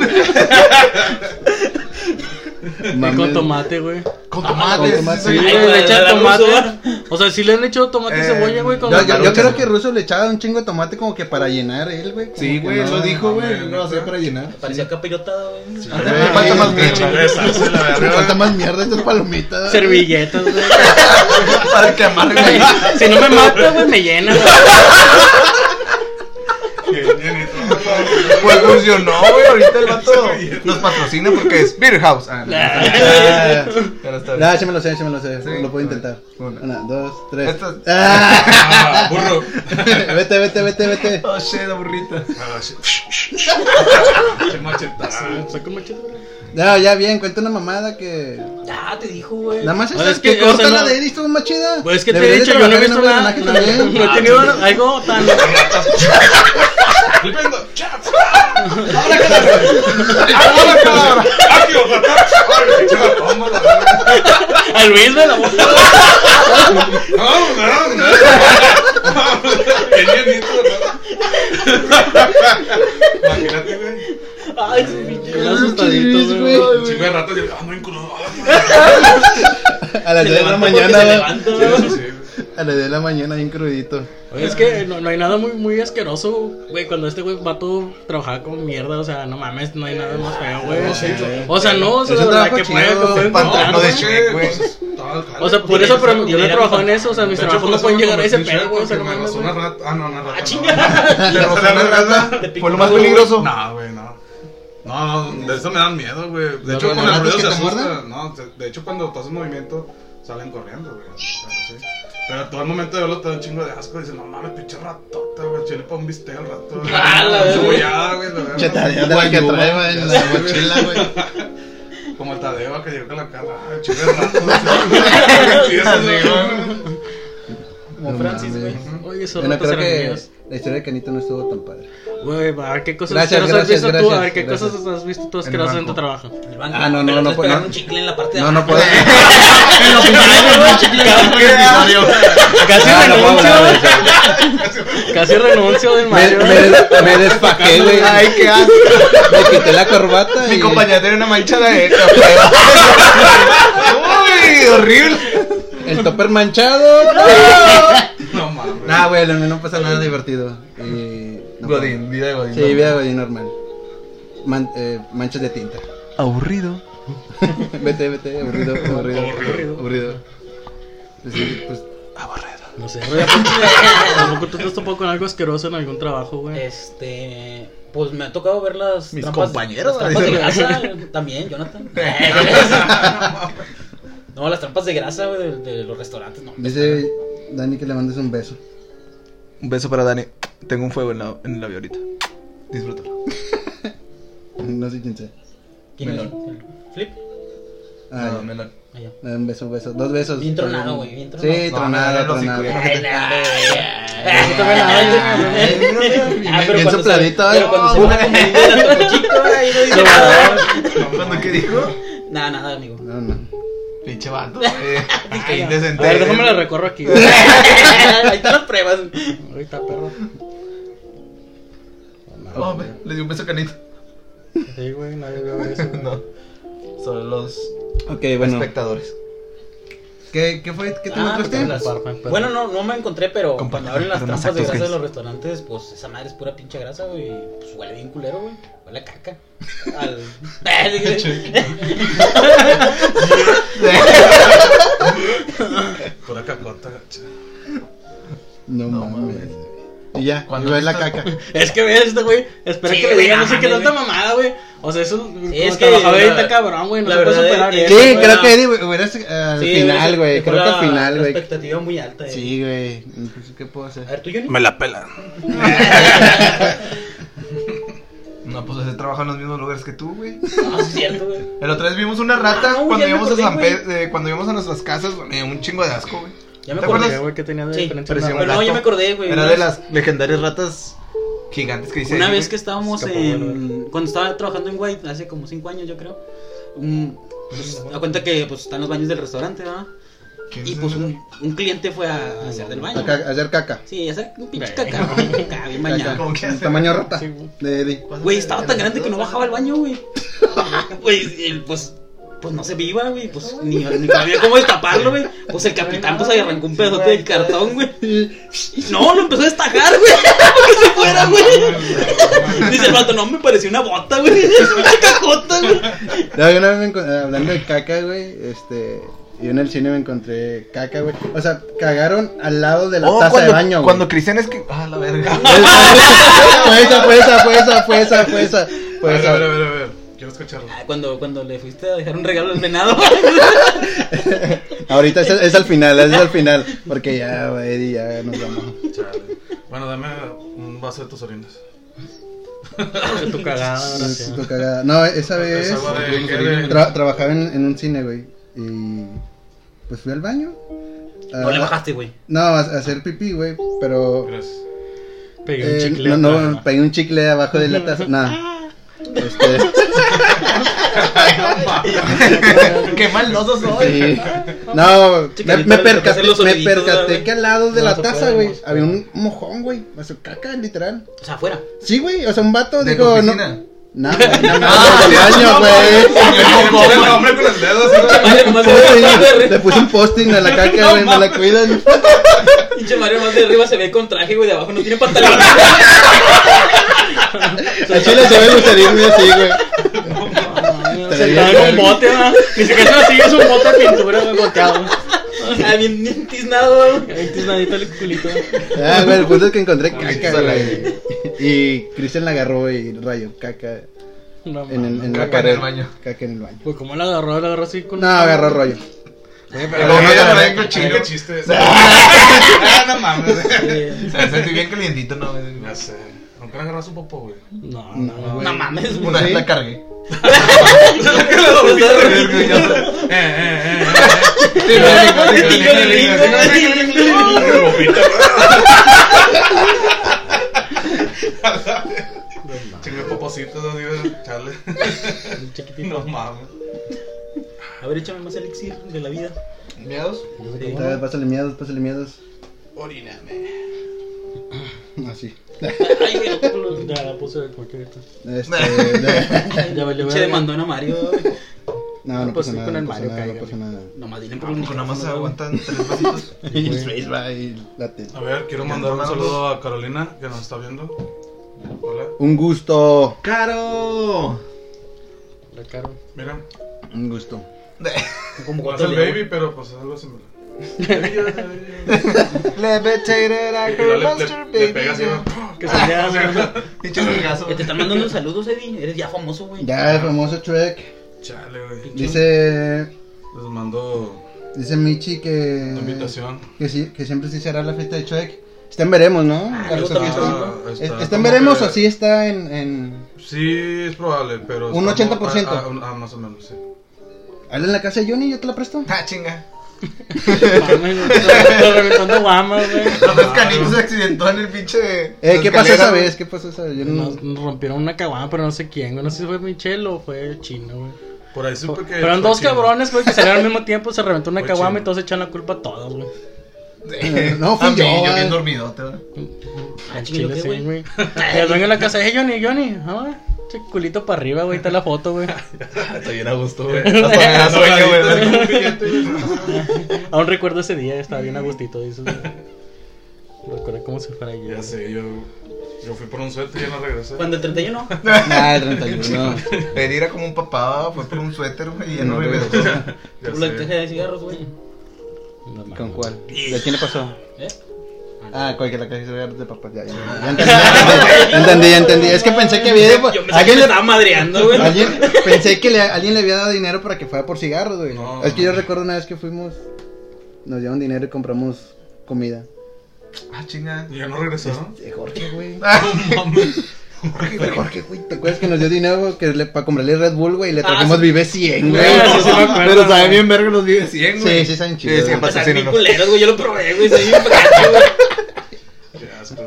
Y
Mames.
con tomate, güey.
Con
con
tomates.
tomates.
Sí,
sí,
güey,
güey,
le echan
la
tomate.
ruso.
O sea, sí le han hecho tomate y
Eh,
cebolla, güey. Con
Yo, yo, yo
Maruchan.
creo que Russo le echaba un chingo de tomate como que para llenar él, güey. como
Sí,
que
güey,
no.
lo dijo, güey.
mames,
No lo hacía para llenar.
Parecía capirotada, güey.
Me falta más leche.
Besarse, la
Me
verga.
falta más mierda estas palomitas.
Servilletas, güey.
Para que amargue. güey.
si no me mata, güey, me llena, güey.
Que viene y todo.
Pues funcionó, güey. Ahorita el vato nos patrocina porque es Beer House. Ah, no.
Ah,
Ya no está.
No, ya me lo sé, ya me lo sé.
Sí.
Lo puedo intentar.
Una.
Una, dos, tres.
Esta es-
Ah.
Ah, burro.
vete, vete, vete, vete.
Oh, shit, la burrita.
Ah, sí. Qué machetazo.
Saca un machete, güey.
No, ya bien, cuenta una mamada que.
Ya te dijo, güey.
Nada más
Ahora
esa
Pues
es
es que,
que,
o
corta
sea,
la
no-
de él y estuvo más chida.
Pues es que te
Deberías
he
de
dicho, yo no
trabajar
he
en
visto
obra de drenaje
nada.
también. Ah,
No he tenido algo tan.
Flipendo. Ahora calabra. Aquí, ojalá. Ahora, chaval, vamos a la-
A Luis de la boca.
Vamos, vamos, vamos. Tenía nieto, ¿no? Imagínate, güey.
Ay, su pinche.
Los asustaditos,
Luis,
güey.
Un chingo de ratas y ah, no enculó.
A las 10 de la
levanta
mañana,
porque se
güey.
levanta, güey.
A las 10 de la mañana, bien crudito.
Oye, es que no, no hay nada muy, muy asqueroso, güey. Cuando este güey vato trabajaba con mierda, o sea, no mames, no hay nada más feo, güey. O sea, no, o sea,
Es un
la verdad
trabajo
que
chido,
puede, que puede
el pantano de
encontrar, güey.
Shrek, güey.
O sea, por
Mira,
eso, pero
mira,
yo no he
mira,
trabajado en
mira.
eso, o sea, mis trabajos no pueden llegar a ese pedo, güey. O sea, no
me
mames,
rozó una
güey.
rata. Ah, no, una rata. no.
Le rozó la rata.
Te picó
Fue lo más
algo,
peligroso.
No, güey, no. No, no, de eso me dan miedo, güey. De
¿Los
hecho, con el
ratas
ruido
que
se
te
asustan.
muerden?
No, de de hecho, cuando pasa un movimiento, salen corriendo, güey. Pero, sí. Pero todo el momento de verlo te da un chingo de asco. Dicen, no mames, pinche ratota, güey. Chile para un bistec al rato. güey.
Ah, la verga.
Cebollada, güey. la verga.
Chetadea de la que trae, güey, en la mochila, güey.
Como el Tadeo que llegó con la cara. ah, Chile de rato. sí. Y eso, güey.
Como
No
Francis, güey.
mames.
Oye, esos
Bueno,
ratos
creo
eran
que
míos.
la historia de Canito no estuvo tan padre.
Güey, a ver qué cosas
Gracias,
asquerosas has
gracias,
visto tú, a ver
gracias,
qué
gracias.
cosas has visto tú
el
asquerosas en tu
banco.
trabajo.
El banco.
Ah, no, no,
Pero
no,
estás
pues,
pegando
no.
un chicle en la parte de
No, no
abajo.
puedo. En lo
Casi
Ah, no puedo hablar de
renuncio. Casi renuncio de
Me,
Mario.
me, me
Eh,
despaqué, güey.
Ay, qué asco.
Me quité la corbata.
Mi
y-
compañera tiene una mancha de esta, güey. Uy, horrible.
El topper manchado.
No mames.
Nah, güey, no, no pasa nada divertido. Y... no
Godín, vida de Godín.
puedo. Sí, vida Godín normal. Man- eh, manchas de tinta.
Aburrido.
vete, vete, aburrido, aburrido.
Aburrido.
aburrido. Pues sí, pues,
No pues. sé, güey. ¿a poco- ¿A poco tú te has topado con algo asqueroso en algún trabajo, güey?
Eh, Este. Pues me ha tocado ver las.
Mis
trampas-
compañeros,
Las trampas de
dice.
grasa eh, también, Jonathan. No, las trampas de grasa, güey, de, de los restaurantes, no.
dice Dani que le mandes un beso.
Un beso para Dani. Tengo un fuego en, la, en el labio ahorita. Disfrútalo.
No sé quién sea.
¿Quién es? Flip.
Ah, ya.
melón.
Allá.
Eh, Un beso, un beso. Dos besos.
Bien tronado, güey, bien tronado.
Sí,
No,
tronado,
me duelen los
tronado.
cinco,
Ah, pero
Bien
cuando se-
sopladito, ay.
Pero cuando se va a confundir la topochito, ahí no dice nada.
¿Cuándo qué dijo?
Nada, nada, amigo.
No, no.
Pinche vato, güey. Qué
A ver, déjame la
indecente.
recorro aquí. güey.
Ahí están las pruebas.
Ahorita, perro.
Oh, ve, Le di un beso a canito.
Sí, güey, nadie vio eso. güey.
No. Solo los
Ok, bueno.
espectadores.
¿Qué, qué fue? ¿Qué te
Ah,
pues,
encontraste?
las-
Compartan, compartan.
Bueno, no, no me encontré, pero cuando
Compartan,
abren las
pero más
trampas de
actos
grasa de
gays.
los restaurantes, pues esa madre es pura pinche grasa, güey. y, Pues huele bien culero, güey. Huele a caca. Al.
Pura cacota. che.
No, mames. Y ya,
Cuando
y ves la
viste-
caca.
Es que ves este güey, espera
Sí,
que le
güey,
diga, no
no
sé qué
mames,
tanta
güey.
mamada, güey. O sea, eso
es
es
que
que trabajador
la-
está cabrón, güey, no
la
se puede
verdad
superar
es-
Sí,
eso, güey.
creo que Eddie, güey, hubieras eh, al final, güey. Creo que al final,
La
güey.
expectativa muy alta, eh.
Sí, güey. Entonces, ¿Qué puedo hacer?
A ver, tú, Johnny.
Me la pelan.
No, pues ese trabaja en los mismos lugares que tú, güey.
No, es Ah, cierto, güey.
El otra vez vimos una rata
Ah, no,
cuando
ya me
íbamos a
acordé,
San
güey.
Pedro, eh, cuando íbamos a nuestras casas, güey, me dio un chingo de asco, güey.
Ya me
¿Te
acordé.
acuerdas?
güey, que tenía de
Sí,
diferente
pero sí,
nada.
Pero Pues, no, ya me acordé, güey.
Era
una
de
vez-
las legendarias ratas gigantes que dice.
Una
ahí,
vez que
güey.
estábamos
Escapó,
en. Cuando estaba trabajando en White, hace como 5 años, yo creo. um, pues, da cuenta que pues, están los baños del restaurante, ¿verdad?
¿Quién
Y
es
pues
ese?
un, un cliente fue a hacer del baño.
A ca- hacer caca.
Sí, hacer un pinche
Güey.
caca, güey, caca, bien
Caca.
bañado.
¿Cómo que
Un
hace?
Tamaño rata.
Sí, güey.
De Eddie.
Güey, estaba tan grande que no bajaba al baño, güey. Pues, él, pues, pues no se viva, güey. Pues ni, ni había cómo destaparlo, güey. Pues el capitán pues ahí arrancó un pedote de cartón, güey. Y No, lo empezó a destacar, güey. Porque se fuera, güey. Dice el vato, no, me pareció una bota, güey. Es una cacota, güey.
No, yo una vez me encon- eh, hablando de caca, güey, este, Y yo en el cine me encontré caca, güey. O sea, cagaron al lado de la
Oh,
taza
cuando,
de baño, güey.
cuando Cristian es que. Ah, la verga.
Fue esa, fue esa, fue esa, fue esa, fue esa. Fue
ver,
esa.
a ver, a ver, a ver. Quiero escucharlo.
Ah, Cuando, cuando le fuiste a dejar un regalo al venado.
Ahorita es, es al final, es al final. Porque ya, güey, ya nos vamos.
Chale. Bueno, dame un vaso de tus orinas.
Por tu cagada,
Es
gracias.
tu cagada. No, esa vez
Es agua de- que de-
tra- trabajaba en, en un cine, güey. Y pues fui al baño. a-
No le bajaste, güey.
No, a, a hacer pipí, güey. Pero
Gracias.
Pegué un
eh,
chicle.
no,
otra
no,
vez.
pegué un chicle abajo de la taza. Nada. Este,
Qué maloso soy.
sí. No, me,
Chicalita,
me
te
percaté,
hacen los
me
ojitos,
percaté
güey.
que al lado de
No
la
se
taza,
puede,
güey,
no se
había un mojón, güey. O sea, caca, literal.
O sea, afuera.
Sí, güey, o sea, un vato,
¿De
digo,
tu
no.
oficina?
No, güey, no, no,
Ah,
del baño, güey.
Pon el hombre con el dedo, así, güey.
Mario nomás de
Sí,
arriba.
Le puse un posting a la caca, güey, me la cuidan.
Pinche Mario más de arriba se ve con traje, güey. De abajo no tiene pantalón.
A Chile se ve lucerirme así, güey.
Sentado en un bote, ¿verdad? Ni siquiera se así, es un bote de pintura, güey, boteado.
Ah, bien, bien tiznado, güey.
Ahí tiznadito el culito.
Ah, güey, el punto es que encontré caca,
Chistes al
güey. Y Cristian la agarró y rayó caca
No,
en el, en la
Caca en
pared.
el baño.
Caca en el baño.
Pues, ¿cómo la agarró? ¿La agarró así con
No, agarró rollo.
Pero no te la vengo
Ay,
chido.
qué chiste. Ah, no mames.
Se me sentí bien calientito, ¿no?
Ya sé. Nunca le agarras un popo, güey.
No, no, no.
No mames, güey.
Una vez la cargué.
Eh, eh, eh. Chingue popositos, así, güey. Chale. No mames.
A ver, échame más elixir de la vida.
¿Miedos?
Entonces, Pásale miedos, pásale miedos.
Oríname.
Así.
Ay, güey.
Ya la puse de cualquier ahorita.
Este, de-
Ya valió
Pinche
verga.
demandó a Mario.
No, no
Pues
pasa
sí,
nada.
con el
no pasa
Mario
nada,
caiga,
no pasa nada.
Nomás dile por un
Nada más
micrófono, güey.
aguantan tres vasitos.
Y el Space va y la tele.
A ver, quiero mandar un saludo a Carolina, que nos está viendo. Hola.
Un gusto.
¡Caro!
La caro.
Mira,
Un gusto.
Como
no es
cuatro
el
leones.
baby, pero pues algo similar. Y
Levitated
luego le, le, le pega así, güey.
Que salía.
Pinche regazo.
Que te están mandando saludos, Eddie. Eres ya famoso, güey. Ah,
Ya, el famoso Trek.
Chale, güey.
Dice.
Les mando
Dice Michi que.
una invitación.
Que, sí, que siempre sí será la fiesta de Chuek. Está en veremos, ¿no? Carlos
también
Ortiz.
creo.
¿Está,
Ah, Está
está en
como
veremos
que-
o sí está en, en...
Sí, es probable, pero.
Un
estamos-
80%.
Ah, ah, un- ah, más o menos, sí.
Habla en la casa de Johnny, yo te la presto.
Ah, chinga.
Mames, güey, está reventando guamas, güey.
Los dos canitos se accidentó en el pinche.
Eh, ¿qué pasó esa
escalera,
vez? ¿Qué pasó esa vez? Yo no...
Nos nos rompieron una caguama, pero no sé quién, güey. No sé si fue Michelle o fue Chino, güey.
Por ahí supe que.
Fueron dos cabrones, güey, que salieron al mismo tiempo, se reventó una
Fue
caguama
Chino.
y todos echan la culpa a todos, güey.
güey.
No, fui
A mí,
yo,
Yo
eh.
bien dormido, te va.
Ah,
Al
chinga,
chile,
¿qué,
sí,
güey?
güey. Y el dueño de la casa, hey Johnny, Johnny, ah, che culito para arriba, güey, está la foto, güey.
Está bien a gusto, güey.
me da sueño, güey.
Aún recuerdo ese día, estaba bien a gustito, dices, güey. Recuerdo cómo se fuera ayer.
Ya sé, yo. Yo fui por un suelto y ya no regresé.
Cuando el 31.
Ah, el 31.
Pedir era como un papá, fue por un suéter, güey, y ya no
No,
regresó.
Ya
Por la caja
sé.
de cigarros, güey.
No, mames.
¿Con cuál? ¿De quién le pasó?
¿Eh?
Ah, cuál que la caja de de papá. Ya, ya, ya, ya entendí, ya entendí, ya entendí. Es que pensé que había...
Yo me
Alguien
alguien
pues, le...
estaba madreando, güey.
Alguien, pensé que le- alguien le había dado dinero para que fuera por cigarros, güey.
No.
Es que yo recuerdo una vez que fuimos, nos dieron dinero y compramos comida.
Ah, chinga.
Y ya no regresaron.
Eh, Jorge, güey.
Ah.
Jorge, güey.
Jorge, güey, ¿te acuerdas que nos dio dinero güey, que le, para comprarle Red Bull, güey? Y le trajimos Vive 100, güey.
Ah, sí, sí me acuerdo,
Pero sabe
güey.
bien verga los vive 100, güey.
Sí, sí, saben chido.
Sí, sí,
güey.
pasa
Están
así,
bien
no.
culeros, güey. Yo lo probé, güey. Soy bien fracaso, güey.
Qué asco.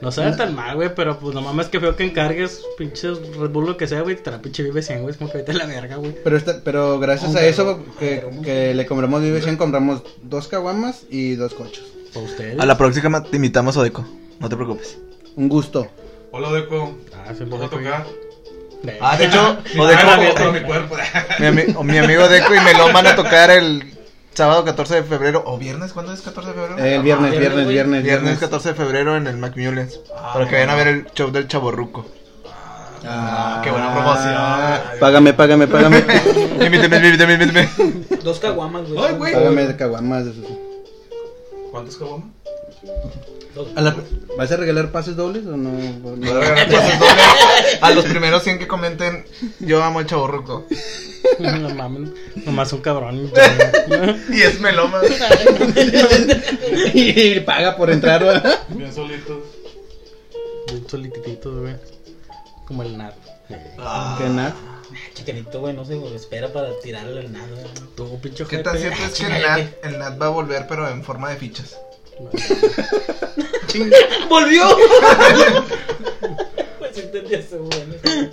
No sabe tan mal, güey, pero pues no mames que feo que encargues pinches Red Bull lo que sea, güey, te la pinche vive 100, güey, es como que vete a la verga, güey.
Pero, esta- pero gracias a eso que, que le compramos Vive 100, compramos dos caguamas y dos cochos.
Para ustedes.
A la próxima te invitamos a Deco. No te preocupes.
Un gusto.
Hola, Deco.
Ah, siempre
Vamos a
fue-
tocar.
Verga.
Ah, de hecho,
No,
o
Deco,
Deco,
ah, la foto de mi cuerpo.
mi, ami- o mi amigo Deco y Melón van a tocar el sábado 14 de febrero. ¿O viernes? ¿Cuándo es 14 de febrero?
Eh, El
Ah,
viernes,
viernes,
viernes, viernes,
Viernes
viernes.
14 de febrero en el Macmillans.
Ah,
para que
no.
vayan a ver el show del Chaborruco. Ah, qué buena promoción.
Págame, págame, págame.
Invíteme, invíteme, invíteme.
Dos caguamas, güey.
Ay, güey.
págame de caguamas. de esos.
¿Cuántos caguamas?
Ah,
A la- ¿Vas a regalar pases dobles o no?
Voy a regalar pases dobles A los primeros 100 que comenten, yo amo el chaborruco.
No mames, nomás un cabrón.
Y es meloma.
y paga por entrar, ¿verdad?
Bien solitos.
Un solititito, güey. Como el nat.
Que nada.
Chicanito, güey, no se espera para tirarle al nada. güey.
Tú, pinche
¿Qué
ojete.
tan cierto es que el Nat, el Nat va a volver, pero en forma de fichas?
¡Volvió! Pues entendí eso, güey.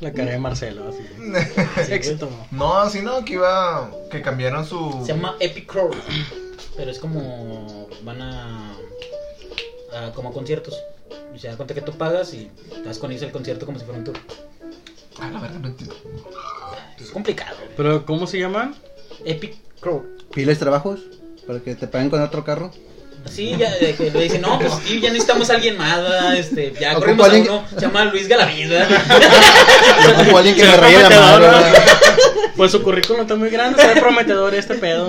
La cara de Marcelo, así. Éxito.
No, sino que iba. que cambiaron su.
Se llama Epic Crow. Pero es como. Van a. a- como a conciertos. Y se da cuenta que tú pagas y vas con ellos al concierto como si fuera un tour.
Ah, la verdad, no entiendo.
Es complicado. güey.
Pero, ¿cómo se llaman?
Epic Crow.
¿Piles trabajos? ¿Para que te paguen con otro carro?
Sí, ya de que le dicen, no, pues sí, ya necesitamos a alguien más, ¿verdad? este, ya
Ocupa
corremos a
alguien-
uno, se llama Luis Galaviz, ¿verdad?
Yo ocupo a alguien que me raye la
prometedor,
mano.
¿no? Pues su currículum está muy grande, se ve prometedor este pedo.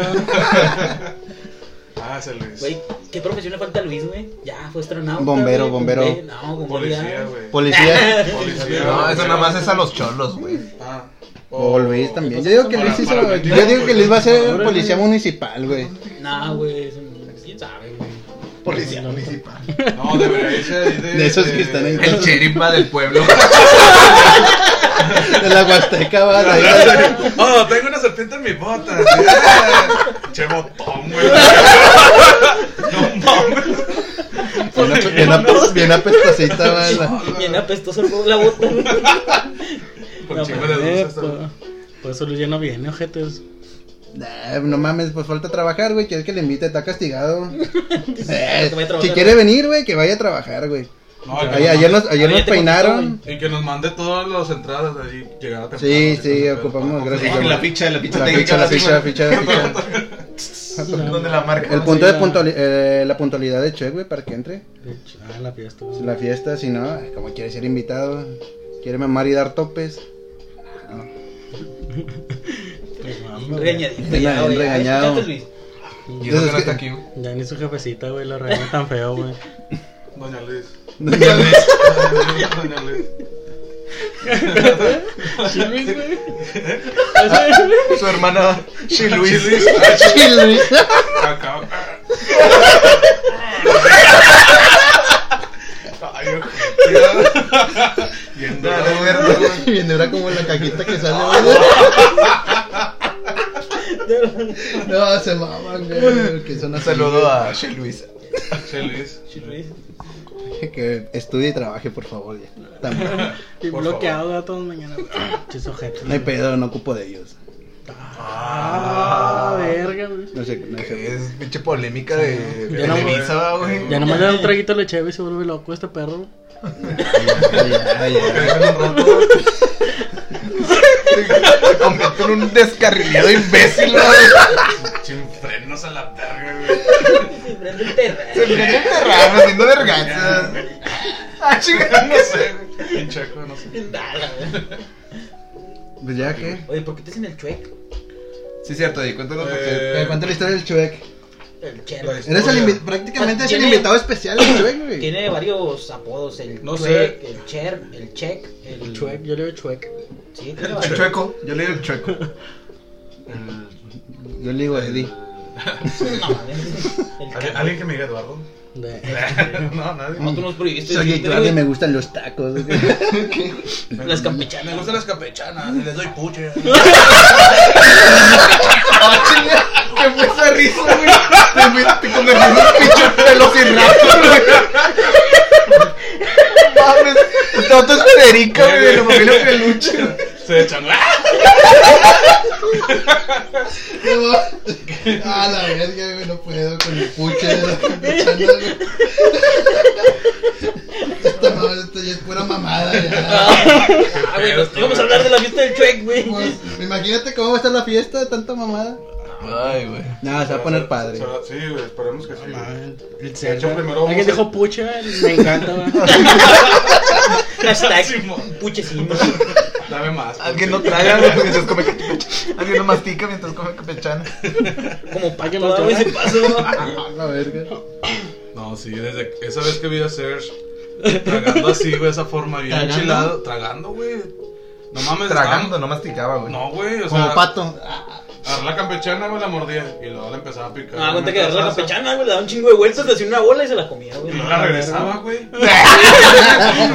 Ah, se Luis.
Güey, ¿qué profesión le falta a Luis, güey? Ya, fue astronauta.
Bombero,
güey,
bombero.
bombe- No, bombero.
Policía, güey.
Policía.
Policía.
No,
güey.
eso nada más es a los cholos, güey.
Ah.
O Luis también. Yo digo que Luis hizo.
Para- para
Yo
mentir,
digo que
güey.
Luis va a ser policía municipal, güey.
No, güey, es un- quién sabe, güey.
Policía municipal.
No, debería irse ahí de.
De esos que están en-
El sheriff va del pueblo.
De la Huasteca, va. de ahí.
Oh, tengo una serpiente en mi bota. che botón, güey. No mames.
Bien ape- Bien, ape- bien apestosita, va. la-
Bien apestoso el bo- la bota, güey.
Con
No,
chingo
pues,
de
eh,
luces.
pues, Por eso Luis ya no viene, ojetes.
Nah, no mames, pues falta trabajar, güey. Quieres que le invite, está castigado. Eh,
Que vaya a trabajar. Ah,
si quiere venir, güey, que vaya a trabajar, güey.
No, y que
Ayer,
nos
Ahora ya te
mande-
ayer nos, ayer nos
contestó,
peinaron.
Y que nos mande todas las entradas de ahí. Llegar a
Sí, sí, ocupamos, gracias.
Con la ficha, la ficha
La
técnica.
ficha, la ficha, la ficha, la ficha.
Donde la marca.
El punto de puntuali- eh, la puntualidad de Che, güey, para que entre.
De hecho, Ah, la fiesta.
Si La fiesta, si no, ay, como quiere ser invitado, quiere mamar y dar topes.
Pues, mames,
Bien
güey.
Regañadito,
Bien
ya, güey.
regañado.
Ay, fíjate, Luis.
Y eso
Entonces,
que no
¿qué?
está aquí, güey.
Ya ni su jefecita, güey, la regaña tan feo, güey.
Doña Luis.
Doña
Doña Luis.
Luis, güey.
Su hermana, She Luis.
Luis.
Acá. Ay, Bien
Dale,
dorado.
verde, güey.
Bien dura como la cajita que sale. güey. No, se maman, güey. Que son
Un
así,
saludo a She Luis.
Che Luis.
güey. Que estudie y trabaje, por favor. Ya. También.
Y
Por
bloqueado a todos mañana. Chis ojetes.
No hay pedo, no ocupo de ellos.
Ah, verga, güey.
No sé, no sé.
Es pinche polémica de
Ya no-
Televisa, güey.
Ya nomás le da un traguito a la cheve y se vuelve loco este perro.
Ya, ya, ya.
Se convierte en un descarrilado imbécil, güey.
Sin frenos a la verga, güey.
Sí, prende el terreno.
Se viene enterrado, haciendo verganzas. Ah, chingada,
No sé, güey. Pincheco, no sé.
Nada, güey.
Pues ya, ¿qué?
Oye, ¿por qué te dicen el chueco?
Sí, cierto, Di, cuéntanos por qué.
Eh,
Cuéntale la historia del Chuec.
El chero.
Eres el invi- prácticamente es el
Tiene-
invitado especial del Chuec, güey.
Tiene varios apodos, el
No
chuec, el cher, el check, el
Chuec, yo le veo chuec.
Sí, tiene
El
varios.
chueco, yo le digo el chueco.
Yo le digo a Eddie.
No, mames. El
¿Alguien,
chueco.
alguien que me diga Eduardo?
De...
No, nadie.
No, tú nos prohibiste
Soy
decirte,
claro
güey.
me gustan los tacos. güey.
Las campechanas.
Me gustan las campechanas, les doy puche.
Ah, chinga, ¿Qué fue esa risa, güey? Te fui- Te convertí en un pinche velociraptor, güey. Mames, este vato es Federica, güey, de la familia Peluche.
Se echan. ¡Ah!
Ah, la verga, güey, no puedo con el puche de la campechana, güey. Esta madre, esto ya es pura mamada, ya.
pues, Ah, güey, nos- íbamos a hablar de la fiesta del chuec, güey.
Pues, imagínate cómo va a estar la fiesta de tanta mamada.
Ay, güey.
No, se va a poner padre.
Se va- Sí, güey, esperemos que sí. güey.
El
hecho,
Zelda.
primero vamos
Alguien
a-
dijo pucha, me encanta, va.
Hashtag puchecito.
Dame más. pues.
Alguien no traga güey, mientras come capechana. Alguien no mastica mientras come capechana.
Como
Alguien
pato,
lo
güey, se
llora.
pasó.
A Ah, la verga.
No, sí, desde esa vez que vi a Serge tragando así, güey, esa forma bien
¿Tragando?
enchilado. Tragando, güey. No mames,
Tragando, no masticaba,
estaba-
güey.
No, güey, o
Como
sea,
pato.
agarré la campechana, güey, la mordía y luego la empezaba a picar.
Ah, cuenta que
Mientras
agarró la
salsa.
campechana, güey, le da un chingo de vueltas, le hacía una bola y se la comía,
Y
güey.
luego la regresaba, güey.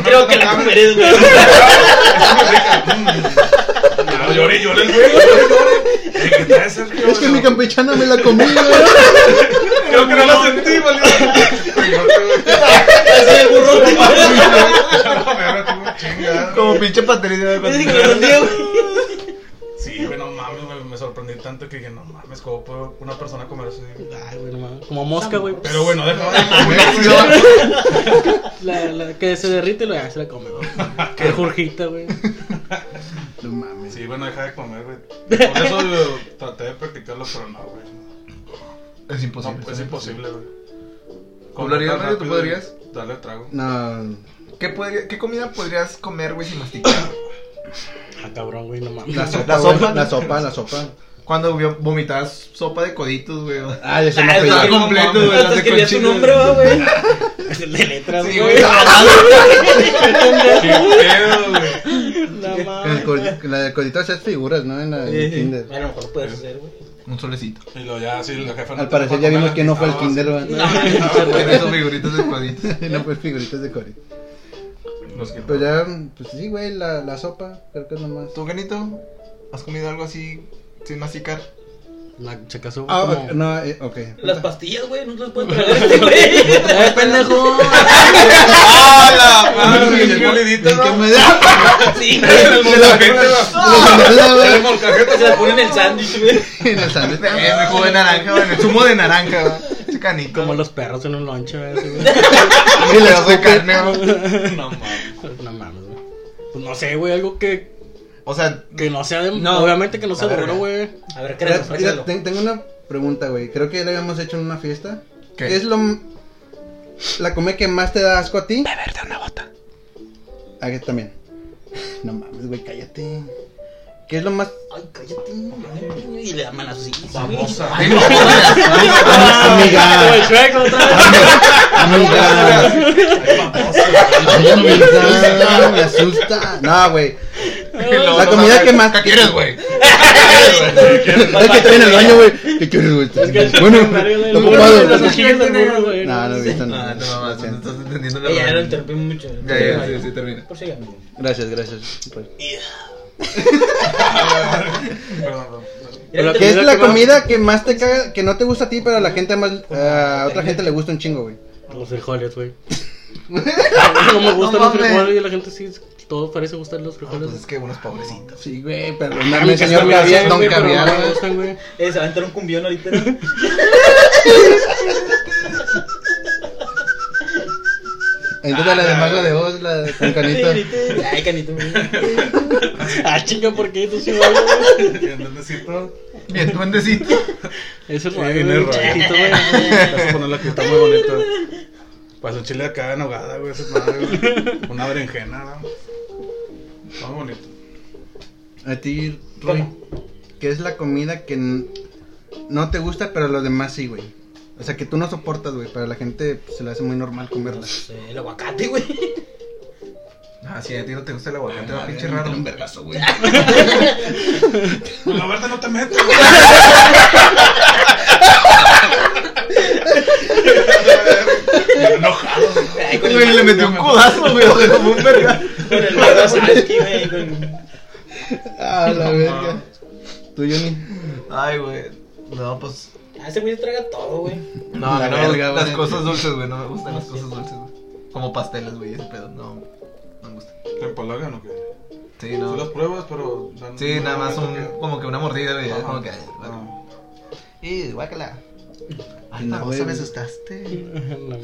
Creo que la comeré, güey.
Ya, Lloré, lloré, el güey, lloré, lloré. Dije, ¿qué traes, Sergio?
Es que mi
Creo
campechana me la comí, güey.
que no la sentí, valió.
Así el burro, güey.
Chinga.
Como pinche paterita.
Me dice que me rendía, güey.
Sí, güey, no mames, güey, me sorprendí tanto que dije, no mames, ¿cómo puede una persona comer así?
Ay, güey, no mames. Como mosca, güey.
Pero bueno, déjame de comer, güey.
La, la que se derrite y lo ya se la come, güey. Qué jurjita, güey.
No mames.
Sí, bueno, deja de comer, güey. Por eso yo, traté de practicarlo, pero no, güey.
Es
No,
imposible.
es imposible, güey.
¿Lo harías,
tan
Mario? ¿Tú
rápido,
podrías?
güey, Darle trago.
No.
¿Qué, podría- ¿Qué comida podrías comer, güey, sin masticar?
Ah, cabrón, güey, no mames.
La sopa,
La sopa.
güey. La sopa, la sopa.
Cuando vio- vomitabas sopa de coditos, güey.
Ah, eso no
Ah,
pedí.
Estaba
no,
completo, güey. las
Hasta
de
escribía su
conchita.
nombre, va, güey.
De letras,
Sí,
güey.
güey.
¡Qué pedo, güey!
La
El
madre.
col- La de codito hacías figuras, ¿no? En la en el Kinder.
A lo mejor lo puedes hacer, güey.
Un solecito.
Y lo ya, sí, la jefa. no
Al
te dejó
parecer ya vimos
comer,
que no fue el
ah,
Kinder,
sí.
¿verdad? Ah,
Esos figuritos de coditos.
No fue figuritas de codito.
Los que-
Pues ya, pues sí, güey, la, la sopa, creo que es nomás.
¿Tú, Genito? ¿Has comido algo así sin masticar?
La checa su.
Ah,
como-
ok, no, eh, ok.
Las pastillas, güey, no te las puedes tragar este, güey.
¡Eh, pendejo!
¡Ah, la madre!
Ay,
güey, el molidito,
¿en
¿no?
qué me da?
Sí, güey.
El molcajete, güey. El
La-
molcajete,
Se la ponen en el sándwich, güey.
en el sándwich.
Eh, mi jugo de naranja, güey. El zumo de naranja, güey. Ese Canico.
Como
güey.
los perros en un lonche, güey.
Y pedazo de carne, güey.
No mames.
No mames, güey. Pues no sé, güey, algo que,
O sea,
que no sea de.
No.
Obviamente que no sea
La verga.
duro, güey.
A ver,
Mira,
créalo,
mira,
ofrécelo.
ten- tengo una pregunta, güey. Creo que ya lo habíamos hecho en una fiesta.
¿Qué?
¿Qué, es lo m- la comida que más te da asco a ti?
Beber de una bota.
A que también. No mames, güey, cállate. ¿Qué es lo más
Ay, cállate. güey. Y le dan manos así.
Babosa.
Ay,
Ah, güey,
amiga?
chueco, otra vez.
Amiga. Ay, amiga, me asusta. No, güey. La comida que más
¿qué quieres, güey?
Es que traen al baño, güey. ¿Qué quieres, güey?
Ah,
Bueno,
El
no
burro,
puedo.
Las cosquillas del burro, güey.
No, no he visto
No,
nada.
no, mamá, no estás entendiendo la
güey, Ya lo
verdad.
interrumpí mucho. güey.
Ya, ya, sí, sí, termina.
Por si ya, güey.
Gracias, gracias.
Perdón, perdón.
Mira,
¿Qué
te-
es la comida que más te caga, que no te gusta a ti, pero a la gente más, a otra gente le gusta un chingo, güey?
Los frijoles, güey. No me gustan los frijoles y la gente sí. Todo parece gustar los
Pues
frijoles.
es que unos pobrecitos.
Sí, güey,
A
perdóname,
mí
señor
casi
Gabriel,
me
don
gustan, güey, pero
Gabriel.
No me gustan, güey.
Eh, se va a entrar un cumbión ahorita.
Entonces la de Mago de Oz, la de con Canita.
Ay, canito. güey.
Ah, chinga, ¿por qué? Tú sí, güey, güey.
Necesito.
Bien, duendecito.
Eso es
Sí,
raro,
viene
güey,
raro.
chiquito, güey.
Vas a poner la que está muy bonita. Pues un chile acá en hogada, güey. Esa es madre, güey. Una berenjena, ¿no? Está muy bonito.
A ti, Roy, ¿qué es la comida que n- no te gusta, pero a los demás sí, güey? O sea, que tú no soportas, güey, pero a la gente pues, se le hace muy normal comerla.
Pues, eh, El aguacate, güey.
Ah, si a ti no te gusta el aguacate, va pinche raro.
Un vergazo, güey.
Con la verdad Pues, no te metas, güey. Enojado.
Ay, con
Güey,
el
le metió un codazo, güey. Le como un verga.
con el mango Sasaki, güey. con-
Ah, la verga. Tú, Johnny.
Ay, güey. No, pues.
Ah, ese güey se traga todo, güey.
No,
La
no,
verga,
las
güey.
cosas dulces, güey. No me gustan las cosas dulces, güey. Como pasteles, güey, ese pedo. No, no me gusta.
¿Te empalagan o qué?
Sí,
Sí las
no.
pruebas, pero... o sea,
Sí,
no Ah.
nada más
me
un,
toca.
como que una mordida, güey. es
Ajá.
Como que.
No.
Y guácala. Ay,
No,
no,
güey.
me asustaste.
No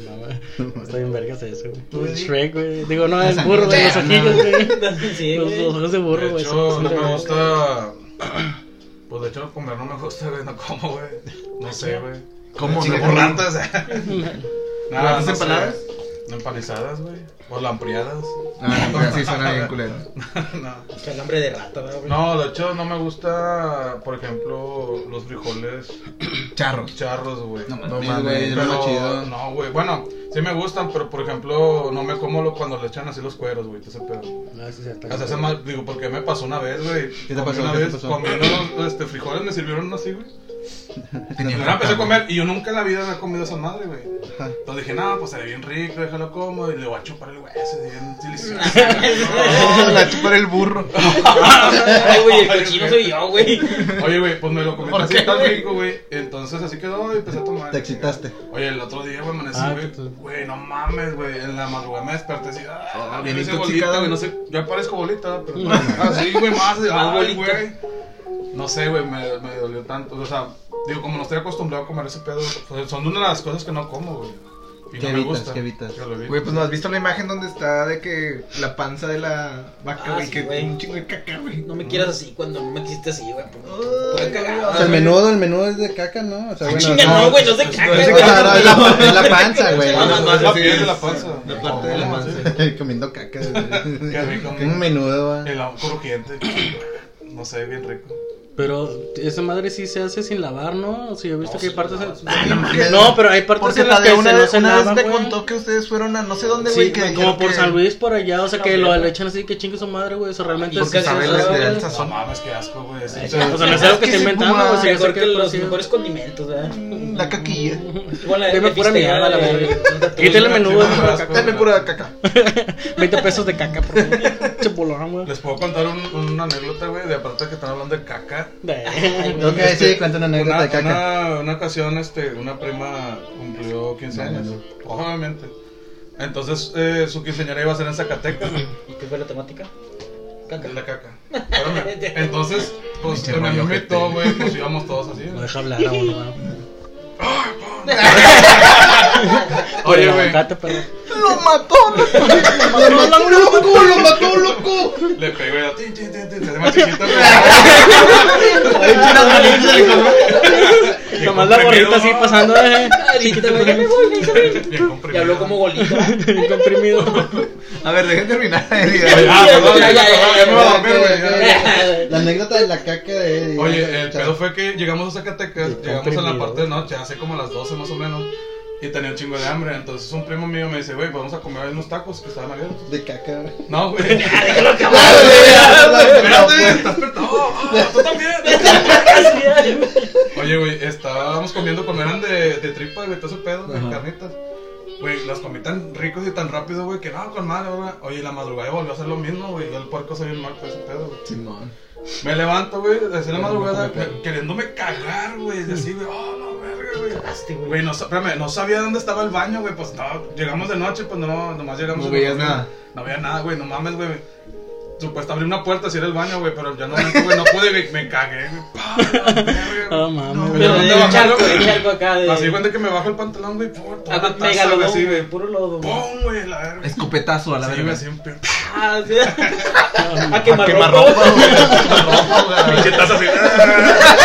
mames. Está bien vergas eso,
¿Tú,
güey.
sí?
Shrek, güey. Digo, no, el
Las
burro, güey. Los
anguilas.
ojillos, güey.
Sí,
Los, los
güey.
ojos de burro,
De
güey.
hecho,
son-
no me gusta... Pues de de hecho, comer no me gusta, güey. No como, güey. No sé, güey.
¿Cómo?
Chile
no?
con ratas. Nada,
¿Ratas
no
empanadas?
sé. Empanizadas, güey. O lampriadas.
Ah, pues sí suena bien culero.
no.
Calambre de rata, ¿verdad, güey.
No, de hecho no me gusta, por ejemplo, los frijoles
Charros.
charros, güey.
No
Sí,
mames,
güey,
pero-
no es chido.
No, güey. Bueno, sí me gustan, pero por ejemplo, no me como lo- cuando le echan así los cueros, güey. todo ese pedo.
No, sí,
O sea, se
sí,
me- digo, porque me pasó una vez, güey.
¿Qué te
Comí
pasó?
Una
¿Qué te
vez,
pasó?
comí unos este, frijoles, me sirvieron unos así, güey.
Tenía
Yo la
caca,
empecé a
güey.
comer y yo nunca en la vida había comido esa madre, güey.
Ajá.
Entonces dije, no, pues se ve bien rico, déjalo como. Y le voy a chupar el hueso, es bien delicioso.
Oh, la chupar el burro.
Ay, güey, el cochino soy yo, güey.
Oye, güey, pues me lo comí
¿Por
así
qué,
tan
güey?
rico, güey. Entonces así quedó y empecé a tomar.
Te excitaste.
Oye, el otro día, güey, amanecí,
Ah,
güey.
tú- tú.
Güey, no mames, güey. En la madrugada me desperté así. Ah,
Ah, bien
parece
intoxicado.
bolita, güey. No sé, yo parezco bolita, pero. Así, güey, más. Ay,
bolita.
güey. No sé, güey, me, me dolió tanto. O sea, digo, como no estoy acostumbrado a comer ese pedo, pues, son una de las cosas que no como, güey. Y
¿Qué
no me
evitas?
gusta.
¿Qué evitas?
Yo lo evito.
Güey, pues no has visto la imagen donde está de que la panza de la
Ah,
vaca, güey,
sí,
que
güey.
un chingo de caca, güey.
No me quieras así cuando no me quisiste así, güey. pues. Por-
Ay,
por cagado.
O sea, el menudo, el menudo es de caca, ¿no? O
Ah,
sea, bueno,
Chinga, no, güey, no se caga,
es de
güey. Ah,
Claro, es la, es la panza, güey.
No, no,
No, es la
pues, sí,
piel de
es-
Pues, la panza.
la parte de la
Oh, sí.
panza.
Comiendo caca, güey.
Qué rico, güey.
Un menudo, va.
El ajo crujiente. No sé, bien rico.
Pero esa madre sí se hace sin lavar, ¿no? O sea, yo he visto que hay partes. en-
mames.
No, pero hay partes
Porque
en las que
Tadeo
se
una,
no
vez-
se
una vez
lava,
me
güey.
contó que ustedes fueron a no sé dónde, güey,
Sí,
que dijeron
como por
que-
San Luis, por allá, o sea, que lo le echan así, que chingue su madre, güey, eso realmente
Porque
es...
sabe
es-
la-
es-
la-
es-
la-
No mames, qué asco, güey. Eso-
O sea, no es algo que
Es que
esté
sí,
inventando,
puma,
o sea, yo sé
Mejor que los
pues, sí.
mejores condimentos, ¿verdad?
La caquilla.
Igual la-
Deme
la
pura
pisteada,
mierda, la
güey.
verga. eh. Quítale menudo,
Sí,
güey.
asco,
Dame
güey.
pura caca.
20 pesos de caca, por favor. Chepolón, güey.
Les puedo contar un- una anécdota, güey, de aparte que están hablando de caca.
De-
Ok,
este,
sí, cuenta una anécdota
Una,
de caca.
una- una ocasión, este, una prima cumplió 15 años, obviamente. Entonces, eh, su quinceañera iba a ser en Zacatecas, güey,
¿Y qué fue la temática? Caca.
de la caca. Espérame. Entonces, pues, que me invitó, güey, pues íbamos todos así.
No
güey.
deja hablar a uno, güey. Por el
Oye, güey,
aguacate, pero...
¡Lo mató!
¡Lo mató, loco!
¡Lo mató, loco!
le pegó y yo, tin, tin, tin, tin, se hace más chiquito, güey.
Nomás la
comprimido.
gorrita así pasando eh. de...
Ahorita, güey, ya me voy, ya me voy.
Bien
Y
comprimido. Ah,
habló como bolita.
comprimido.
A ver, dejen terminar. eh, Eddie.
Ah, perdón, ya,
Ya, ya,
ya, ya,
ya,
ya me voy a dormir, güey. ya.
La anécdota de la caca de.
Oye, el
Chao.
pedo fue que llegamos a Zacatecas,
Está
llegamos a la
oprimido.
parte de noche, hace como las 12 más o menos, y tenía un chingo de hambre. Entonces un primo mío me dice, güey, vamos a comer unos tacos que estaban abiertos.
De caca, güey.
No, güey.
Ah,
Espérate,
Espérate.
estás apretado. Tú también. Oye, güey, estábamos comiendo cuando eran de, de tripa, güey, todo ese pedo, güey, carnitas. Güey, las comí tan ricos y tan rápido, güey, que no, con madre, güey. Oye, la madrugada volvió a hacer lo mismo, güey. Yo el puerco soy el mal de ese pedo, güey. Me levanto, güey, desde la madrugada, güey, queriéndome cagar, güey. Así, güey, oh, la verga, güey.
Este,
Güey, no, sa- espérame, no sabía dónde estaba el baño, güey. Pues no, llegamos de noche, pues no, nomás llegamos.
No
de
veías
noche.
nada.
No veía nada, güey, no mames, güey. Supuesto abrí una puerta, si era el baño, güey, pero ya no, güey, no pude, güey, me cagué, güey. pa, la verga,
No
güey.
mames.
Pero
Pero
¿dónde
de
bajaron?
charco, de charco acá de.
Así cuenta que me bajo el pantalón, güey, por toda
Ah,
la
con
taza,
megalodón,
güey, así,
güey,
güey.
puro lodo. güey.
¡Pum, güey, la verga!
Escopetazo a la
Sí, güey,
verga.
así un pin-
Ah, sí. Ah, A
A
quemarropa.
quemarropa, Ah, güey.
Pinche taza así, ¡ah!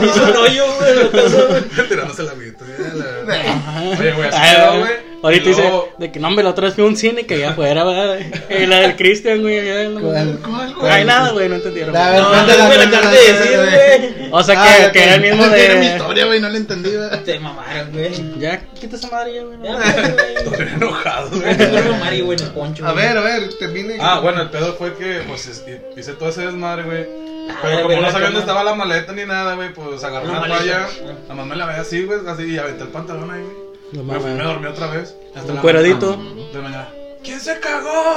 Pinche rollo, güey, la taza, güey.
tirándose la agüita, ya, la verga. Oye, güey, así
Ay,
quedó,
güey.
güey.
Ahorita
Y
dice,
luego-
de que no, hombre, la otra vez fui a un cine que allá afuera, va. Y la del Cristian, güey. allá en la-
¿Cuál?
No hay nada, güey, no entendieron.
A ver,
No, no,
cuéntala,
me la
cuéntala,
acabas de decir,
cuéntala,
güey.
O sea,
Ah,
que,
ya
que era el
con-
mismo
Era mi
de...
historia, güey, no la entendí, güey.
Te mamaron, güey.
Ya, quita esa madre ya, pues, güey.
Ya, güey.
Estoy enojado, güey.
Me acuerdo de Mario, güey, en el poncho,
A
güey.
ver, a ver, termine.
Ah, bueno, el pedo fue que, pues, es- hice todo ese desmadre, güey.
Ah,
Pero como no
¿verdad
sabía
que
dónde
no?
estaba la maleta ni nada, güey, pues agarré
Una
una toalla,
maleta. Ah.
nomás me la veía así, güey, así, y aventé el pantalón ahí, güey.
No
Me fui, me
mames.
dormí otra vez. Hasta
Un
la
cueradito.
mañana- De mañana. ¿Quién se cagó?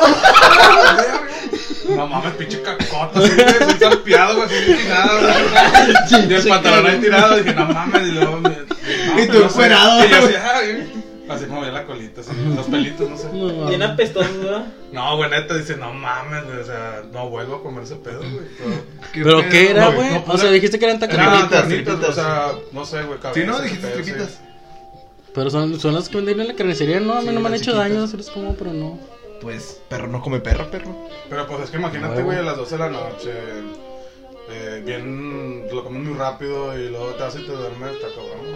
no mames, pinche cacota, así, güey, así salpiado, güey, así tirado, güey. Y el pantalón ahí tirado, dije, no mames, y luego. me- Ah, no,
Y tú
no sé.
encuerado,
Y yo así,
güey.
ah, güey. Así movía la colita, así, los pelitos, no sé.
No mames.
Bien apestoso, ¿verdad?
No, güey, neta dice, no mames, güey, o sea, no vuelvo a comer ese pedo, güey. Pero-
¿Pero qué era,
no,
güey?
no,
o sea,
pura-
dijiste que eran tacos.
Era
Tripitas,
carnitas,
tripitas,
o sea, no sé, güey, cabeza.
Si no,
ese
dijiste
pedo, sí.
tripitas.
Pero son, son las que venden en la carnicería. No, a mí
Sí,
no me han
las
hecho
chiquitas.
daño, así los como, pero no.
Pues, perro no come perro, perro.
Pero pues es que imagínate,
Huevo.
güey, a las 12 de la noche. eh, bien, lo comes muy rápido y luego te hace y te duermes, está cabrón.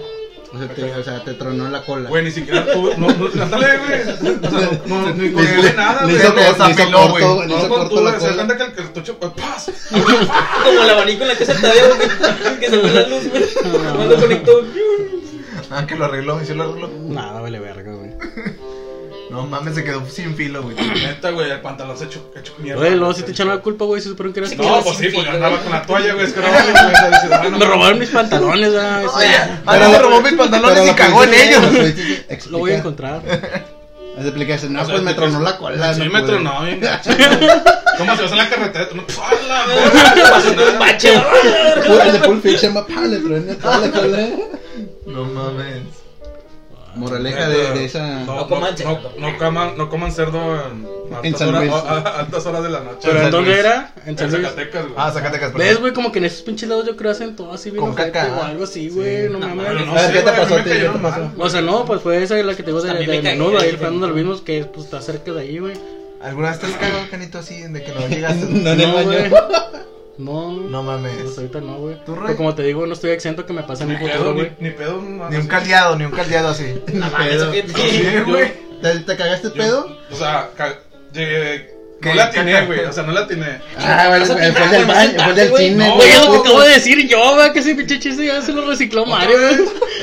O sea, te, o sea, te tronó la cola.
Güey, ni siquiera tú, no, no, no, ándale, güey. O sea, no, no, ni
hizo-
contuve nada,
ni
güey.
hizo-
No,
ni hizo
desapeló,
corto,
güey.
ni hizo
No
corto la
contuve, se da
cola.
cuenta que el cartucho, eh, ¡paz!
Como el abanico en la casa de Tadeo, güey, que se fue la luz, güey. Nomás lo conectó.
Ah, que lo arregló, sí lo arregló.
Nada, vale verga, güey.
No mames, se quedó sin filo, güey.
Neta, güey, el pantalón se hecho, hecho mierda.
Güey, luego si te echaron la culpa, güey, si supieron que eras tú.
No, pues sí, pues yo andaba con la toalla, güey, es que no, güey, güey, dice, ah, no,
Me robaron mis pantalones, ah, eso-
Ah, no, me robó mis pantalones y cagó en ellos.
ellos.
Lo voy a encontrar.
Haz explicación. No,
O sea,
pues me
te-
tronó la cola.
Sí,
no
me
pude.
tronó bien gacho, güey. ¿Cómo se vas en la carretera? Tú no- ¡Hala, güey! No pasa nada.
Pache,
Pura, el de Pulp Fiction, va, pa, le troné toda la cola.
No mames.
Moraleja de, de esa.
No,
No coman
no,
cerdo.
no coman, no coman cerdo en
En
altas,
San
horas,
Luis.
a- a- altas horas de la noche.
¿Pero en dónde era? En
En
San Luis.
Zacatecas, güey.
Ah, Zacatecas, perdón.
¿Ves, güey? Como que en esos pinches lados yo creo hacen todo así bien
Con
ojete
caca.
o algo así, güey. No
Pero
mames.
no
A ver,
sé,
¿qué te
güey, a mí
pasó
me
a ti? ¿Qué te
cayeron
pasó?
mal, güey.
O sea, no, pues fue esa la que te digo de,
Pues a mí
de
me cagué,
menudo, ahí
güey.
el Fernando del mismo, que pues está cerca de ahí, güey.
¿Alguna vez te has cagado, Canito, así, de que no llegaste?
No, en el baño.
güey. No,
No mames.
Pues ahorita no, güey.
¿Tú, Roy?
Pero como te digo, no estoy exento que me pase en
Ni
un
pedo,
futuro,
ni,
güey.
ni pedo. no,
Ni un
sí.
caldeado, ni un caldeado así.
Ni pedo.
güey.
Yo-
¿Te, te cagaste el
yo-
pedo?
O sea, ca- llegué-
¿Qué?
no la atiné,
¿Caca?
güey. O sea, no la atiné.
Ah, vale,
Vas a
fue el
picar,
del
güey,
baño,
no
fue el del
sentaste,
cine.
güey.
Güey,
güey.
es lo que acabo de decir yo, güey, que ese pinche chiste ya se lo recicló Mario, güey.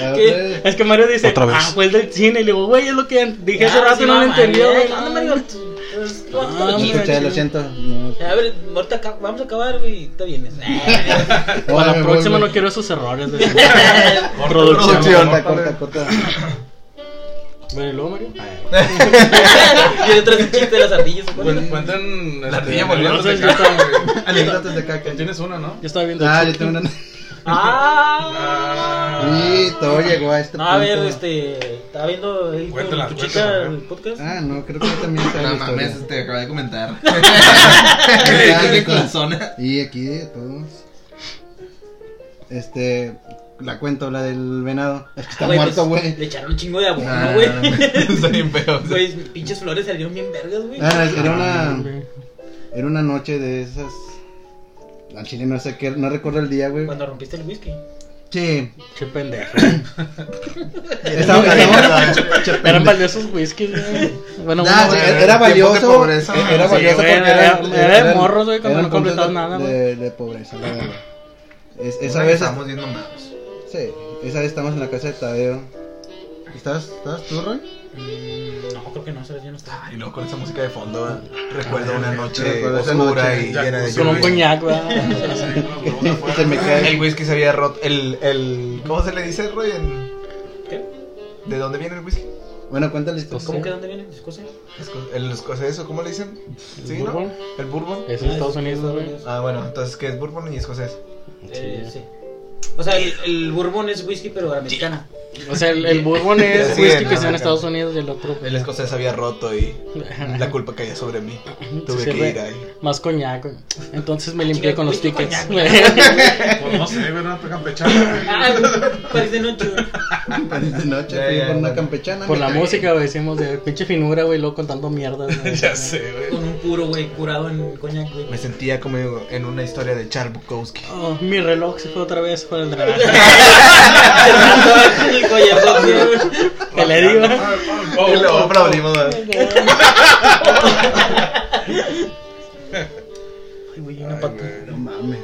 Ah,
Que-
pues.
Es que Mario dice,
Otra vez.
ah, fue el del cine. Y le digo, güey, es lo que dije hace
Ya,
rato
Ah, sí,
y no lo Ah,
mamá,
entendió,
ya,
güey.
No, Mario. pues, tú vas
Ah,
con la
No
chingada,
escuché, lo
chingada.
siento. No.
Ya, A ver, ahorita acá- vamos a acabar, güey. Está bien. Eh,
Para
Ay,
la
me
próxima
voy,
no
güey.
quiero esos errores de
producción.
producción.
Corta, corta, corta.
Bueno, ¿y luego, Mario?
Y detrás un chiste de las ardillas. ¿se acuerdan?
Cuen- Cuenten. este,
ardilla volvió,
anécdotas de
no sé,
caca, güey.
Anécdotas de caca.
Tienes una, ¿no?
Yo estaba viendo
Ah,
el
yo tengo una.
Ah.
Y todo llegó a este
No, a ver,
punto.
este. Estaba viendo ahí con
Cuéntala,
tu
cuéntala,
chica el podcast.
Ah, no, creo que yo también está
No
la historia.
mames, te acabé de comentar.
Está,
Qué
Nicolás.
corazona.
Y aquí de todos. Este, la cuento, la del venado. Es que está
Ah, güey,
muerto,
pues,
güey.
Le echaron un chingo de abono,
Ah,
güey.
Está bien feo.
Güey, pinches flores salieron bien vergas, güey.
Ah, no, era una era una noche de esas al chile no sé qué, no recuerdo el día, güey.
Cuando rompiste el whisky.
Sí.
Che pendejo.
Estaba, estaba-
Eran valiosos whiskies, güey. Bueno,
Nah,
bueno,
Ah, sí,
bueno.
era
tiempo de
valioso. eh,
pobreza.
Era
Sí,
valioso
güey,
porque
era- era de morros, güey, cuando
eran
no completabas
puntos
nada,
de-
güey.
De, de pobreza, la verdad. Es- esa vez
estamos viendo malos.
Sí, esa vez estamos en la casa de Tadeo. ¿Estás, estás tú, Roy?
Mm, No, creo que no, Sara, ya no está.
Y luego con esa música de fondo eh, recuerdo una noche
Recuerdo esa
oscura
noche.
y llena de
Con un
lluvia.
coñac, güey.
Se me cae.
El whisky se había roto. El, el, ¿Cómo se le dice, Roy? En-
¿Qué?
¿De dónde viene el whisky?
Bueno, cuéntale esto.
Pues, ¿Cómo que dónde viene? ¿De Escocia?
Esco- ¿El escocés o cómo le dicen? ¿Sí, no?
bourbon?
¿El bourbon?
Es
Ah,
de Estados Unidos, güey.
Ah, bueno, entonces, ¿qué es bourbon y escocés?
Eh, sí. O sea, el, el bourbon es whisky, pero americana.
O sea, el, el bourbon es
Sí,
whisky
no,
que se da
no.
en Estados Unidos y el otro. pues.
El escocés había roto y la culpa caía sobre mí. Tuve
Sí,
que
güey.
ir ahí.
Más coñac, güey. Entonces me limpié
Chinga,
con los
pinche
tickets.
coñac,
güey.
Pues no sé, güey, una campechana. güey.
Ah, parece noche.
De noche
Ya,
fui
ya,
con una
ya.
campechana.
Por
me
la
cagué.
música, güey, decimos de pinche finura, güey, luego contando mierdas. güey.
Ya sé, güey.
Con un puro, güey, curado en coñac, güey.
Me sentía como en una historia de Charles Bukowski.
Oh, mi reloj se fue otra vez para el drenaje.
el collarzote, güey.
El Eddie, güey. Oh,
Y luego aplaudimos. ¿verdad?
Ay, güey, una pata.
No mames.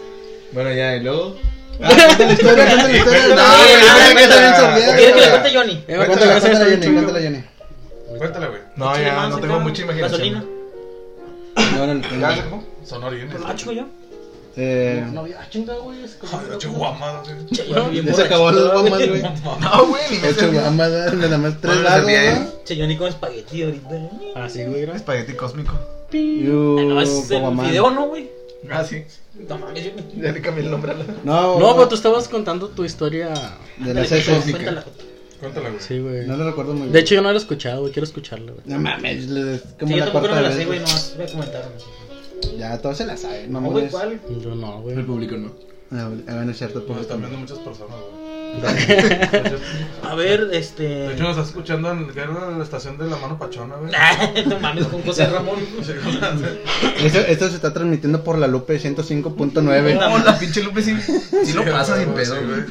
Bueno, ya, y luego.
Cuéntale la historia, cuéntale la historia. No,
güey, cuéntala,
güey, no, que está bien sordido.
¿Quieres que le cuente Johnny?
Eh,
Cuéntala,
cuéntame,
cuéntala,
¿sabes?
Jenny, cuéntala, Jenny.
Cuéntale, güey.
No,
Échale
ya,
más
no
acá,
tengo mucha
Gasolina.
imaginación.
No, no, no.
¿Ya se acabó?
Son orines.
Ah, chico, yo.
Eh,
Joder, Chihuahua, güey.
Yo bien
ya se acabó
borracho,
las
güey.
bombas, güey.
No, Ah, güey, ni me
Ocho
servía.
bombas, nada más tres
No, no
lados,
servía,
¿no?
Che, Johnny con espagueti ahorita.
Así, Ah, güey, gracias.
Espagueti cósmico.
Y
Ah,
un
No, es el
guamán.
video, ¿no, güey?
Ah, sí.
No mames, Johnny.
Ya le cambié el nombre a la.
No,
No, pero pues, tú estabas contando tu historia.
de las heces.
eh, Cuéntala.
Cuéntale, güey.
Sí, güey.
No lo recuerdo muy bien.
De hecho, yo no la he escuchado, güey. Quiero escucharla, güey.
no mames, le- es como
Sí, yo
la
tampoco
cuarta
no me la
vez.
sé, güey, nomás me comentaron.
Ya, todos se la saben,
No, güey,
mamones.
¿cuál?
Yo no, güey.
público no.
Ah, bueno, es cierto,
Pues
pues
están viendo muchas personas, güey.
A ver,
De
este.
hecho, nos está escuchando en en la estación de la mano pachona, güey.
no mames con José Ramón.
Esto, esto se está transmitiendo por la Lupe 105.9.
Ah,
No, la pinche Lupe sí, sí lo pasa sin pedo,
Sí,
güey.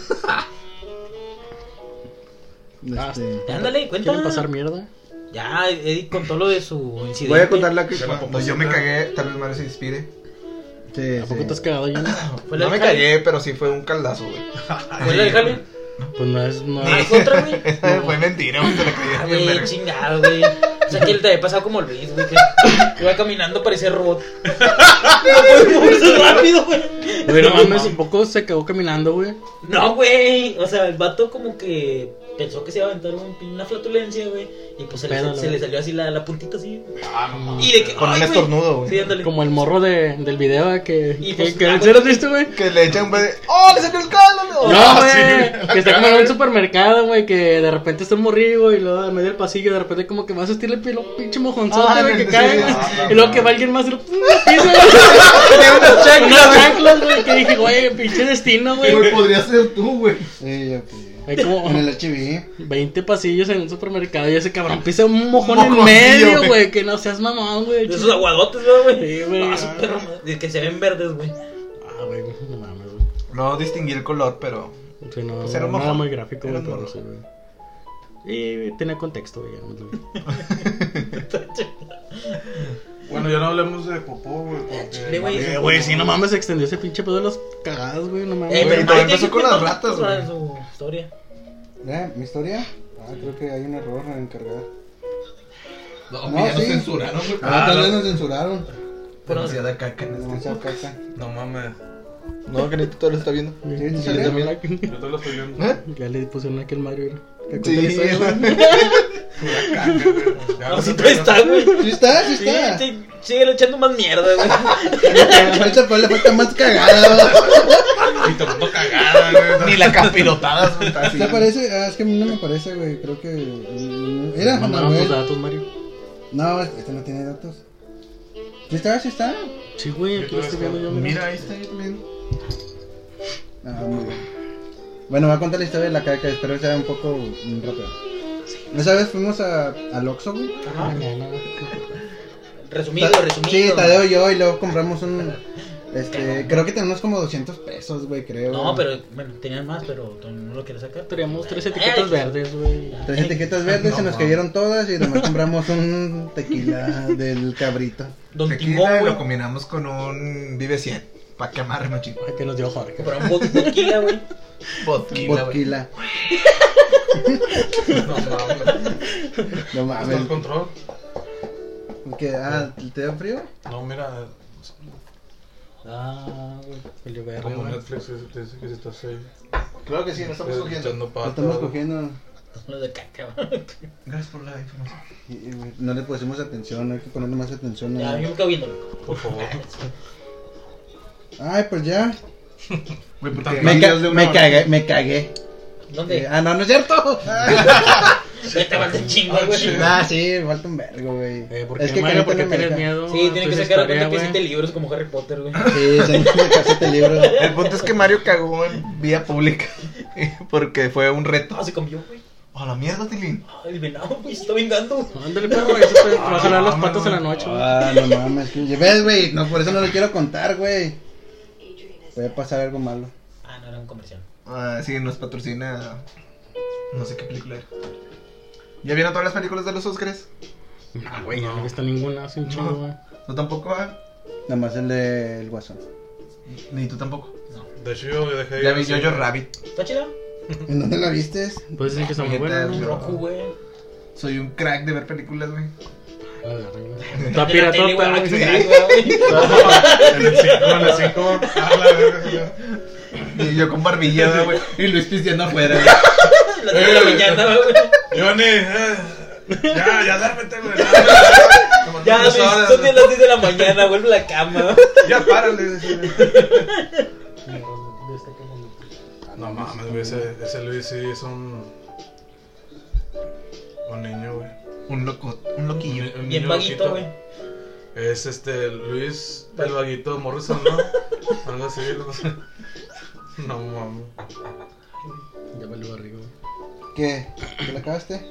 Este,
Ándale, cuéntame.
¿Quieren pasar mierda?
Ya, Eddie contó lo de su incidente.
Voy a contar la que.
De la
Cuando Pues yo me cagué, tal vez Mario se inspire.
Sí,
¿A poco
sí.
te has cagado yo?
¿Fue la
No me
del jale? Ah,
cagué, pero sí fue un caldazo, güey.
¿Fue la del jale?
Pues no es. No
Ah,
es.
¿fue otra, güey?
Esa Fue mentira, güey, te la
Ah,
creí bien
güey,
verga.
chingado, güey. O sea, que él te había pasado como Luis, güey. Que iba caminando, parecía robot. No puede moverse rápido, güey.
Güey, no mames, un poco se quedó caminando, güey.
No, güey. O sea, el vato como que pensó que se iba a aventar un- una flatulencia, güey. Y pues se, le,
Pedo,
se
güey.
le salió así la, la puntita, así. Y de que.
Ah, Con un
ay,
estornudo, güey.
Sí, ándale.
Como el morro de, del video eh, que.
Y
que,
pues,
que-
ah,
¿sí lo has
güey.
visto, güey?
Que le echan un pedo de. ¡Oh, le salió el caldo!
No, güey. que está como en un supermercado, güey. Que de repente está un morrillo güey, y luego en medio del pasillo, de repente como que va a sentirle pelo, pinche mojonzote,
Ah,
güey, que
sí,
cae,
sí,
güey.
ah,
y luego que va alguien más y lo pisa, güey.
Tenía unas chanclas,
Unas
güey.
chanclas, güey. Que dije, güey, pinche destino, güey.
podría ser tú, güey.
Sí, ya, pues.
Hay como
En el HB.
20 pasillos en un supermercado y ese cabrón pisa un mojón en
Mojoncillo,
medio,
güey.
güey. Que no seas mamón, güey.
De esos aguadotes, ¿no, güey.
Sí, güey.
Ah, su perro, madre, que se ven verdes, güey. Eh,
Ah, güey, no mames, güey.
No distinguí el color, pero.
Sí, no,
Pues era
no
un
era
mojón.
muy gráfico,
Era
güey,
un
pero
mojón.
sí, güey. Y tenía contexto, güey. ya no lo vi.
Bueno, ya no hablemos de popó, güey. porque-
Chile, güey.
Eh, güey, sí, no mames, se extendió ese pinche pedo de las cagadas, güey, no mames.
Eh, pero
Güey,
Mike,
empezó
¿qué
con las
contó?
ratas,
O sea,
güey.
su historia.
¿Ya? ¿Mi historia? Ah, creo que hay un error en cargar.
No,
No,
ya nos
sí.
censuraron, güey.
Ah, tal vez nos censuraron.
Pero,
Demasiada caca en este.
Demasiado caca.
No mames.
No, que todo lo está viendo.
¿Sí, sí,
Ya
salió?
le dieron la-
Yo te lo estoy viendo.
¿Eh?
Ya le pusieron aquel Mario. ¿Te acuerdas de
Sí,
eso, güey?
Ah,
Ya,
no,
pues
no
si
te
tú estás, güey.
Sí está, sí
Sí,
está.
sí, síguele echando más mierda, güey.
Le falta, pues, le falta más cagada.
Y tomando cagada, güey.
Ni la capirotada, güey. está así.
¿Te parece? Ah, es que a mí no me parece, güey. Creo que. mm, Era
Mandaron
Manuel.
tus datos, Mario.
No, este no tiene datos. ¿Sí está? ¿Sí está?
Sí, güey, aquí lo estoy viendo yo, mira.
Mira, ahí está bien.
Ah, muy bien. Bueno, voy a contar la historia de la caca. Espero que sea un poco mm, rápido. Esa vez fuimos a, al Oxxo, güey.
Ah, no, no, no.
Resumido,
Ta-
resumido.
Sí, Tadeo y yo, y luego compramos un. Este, creo que tenemos como 200 pesos, güey, creo.
No, pero, bueno, tenían más, pero tú no lo quieres sacar.
Teníamos tres etiquetas
Ay.
verdes, güey.
Tres etiquetas verdes se nos cayeron todas y nomás compramos un tequila del cabrito.
Don Timón,
Tequila y lo
güey.
combinamos con un Vive 100. Pa' que amarre, machito.
Ay, que nos dio Jorge.
Compró un bo- boquilla, güey.
Vodka, güey.
Tequila.
No mames.
No
¿Estás
mames.
en control?
¿Qué? Ah, ¿te da frío?
No, mira.
Ah, güey, valió verga,
Como
güey.
Netflix es- te dice que si estás ahí.
Claro que sí, nos estamos cogiendo.
echando
Lo
pata,
estamos
güey.
cogiendo.
Lo de caca, güey.
Gracias por la información.
Y- y eh, No le pusimos atención, hay que ponerle más atención.
Ya,
a-
yo me quedo viendo, loco.
Por favor.
Ay, pues ya.
Güey, puta.
Me, ca- me cagué, me cagué. Eh,
¿Dónde?
ah, no, no es cierto.
Vete, vas de chingo, güey.
Ah, sí, me falta un vergo, güey.
Eh, ¿por qué,
es que creo
Mario? ¿Por
que
qué
no me deja.
tienes miedo?
Sí, tiene
pues,
que sacar a cuenta que
si
sí te libros como Harry Potter, güey.
Sí, se me casó este libro.
El punto es que Mario cagó en vía pública. Porque fue un reto.
Ah, se cambió, güey.
A la mierda, Tilín.
Ah, el venado, güey, se está vengando.
Ándale, perro, eso te te va a jalar las patas en la noche, güey.
Ah, no mames, que ves, güey. No, por eso no lo quiero contar, güey. Puede pasar algo malo.
Ah, no, era un comercial.
Ah, sí, nos patrocina. No sé qué película era. ¿Ya vieron todas las películas de los Oscars?
No, Ah, güey, no he visto ninguna, hace un chingo, güey.
No tampoco, ah?
Nada más el del guasón.
Ni tú tampoco.
De hecho, yo dejé.
Ya vi Jojo Rabbit.
¿Está chida?
¿En dónde la viste?
Puedes decir Pues que está muy buena,
Neta,
¿no?
yo
Roku, güey.
Soy un crack de ver películas, güey.
Está
De la tele, güey,
piratota,
ah, qué
güey.
crack, güey.
En el 5, en el 5. A la verga.
Y yo con barbilla, güey. Y Luis pisteando afuera, güey.
La tele de la mañana, güey.
Johnny, eh, ya, ya duérmete, güey.
Ya, güey, son de las 10 de la mañana, vuelve a la cama.
Ya párale. No mames, güey, ese, ese Luis sí es un. Un niño, güey.
Un loco, un loquillo.
Un- un
Bien
niño
vaguito,
loquito.
güey.
Es este, Luis, el vaguito Morrison, ¿no? Algo así, no sé. No mames.
Ya valió barriga, güey.
¿Qué? ¿Te la acabaste?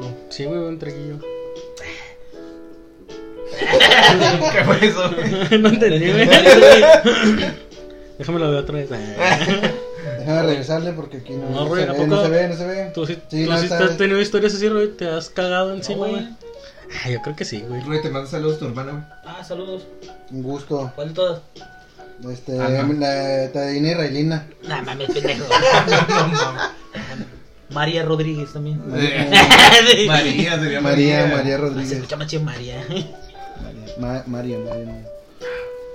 No. Sí, güey, un traguillo.
¿Qué fue eso, güey?
no entendí, güey. Déjame lo ver otra vez.
Déjame regresarle porque aquí no,
No,
no,
güey,
se,
¿a
ve, no
poco?
se ve, no se ve.
Tú sí,
Sí,
tú
no,
sí
está-
has tenido historias así, Roy. Te has cagado encima,
No,
güey.
güey.
Ah, yo creo que sí, güey.
Güey, te mando saludos tu hermana, güey.
Ah, saludos.
Un gusto.
¿Cuál de todas?
Este,
Ajá.
la Tadina y Railina.
Nah, mames, pendejo. María Rodríguez también.
María,
Sí.
María, sería
María, María
Se
Rodríguez.
escucha más chido María.
Ma- María, María. no.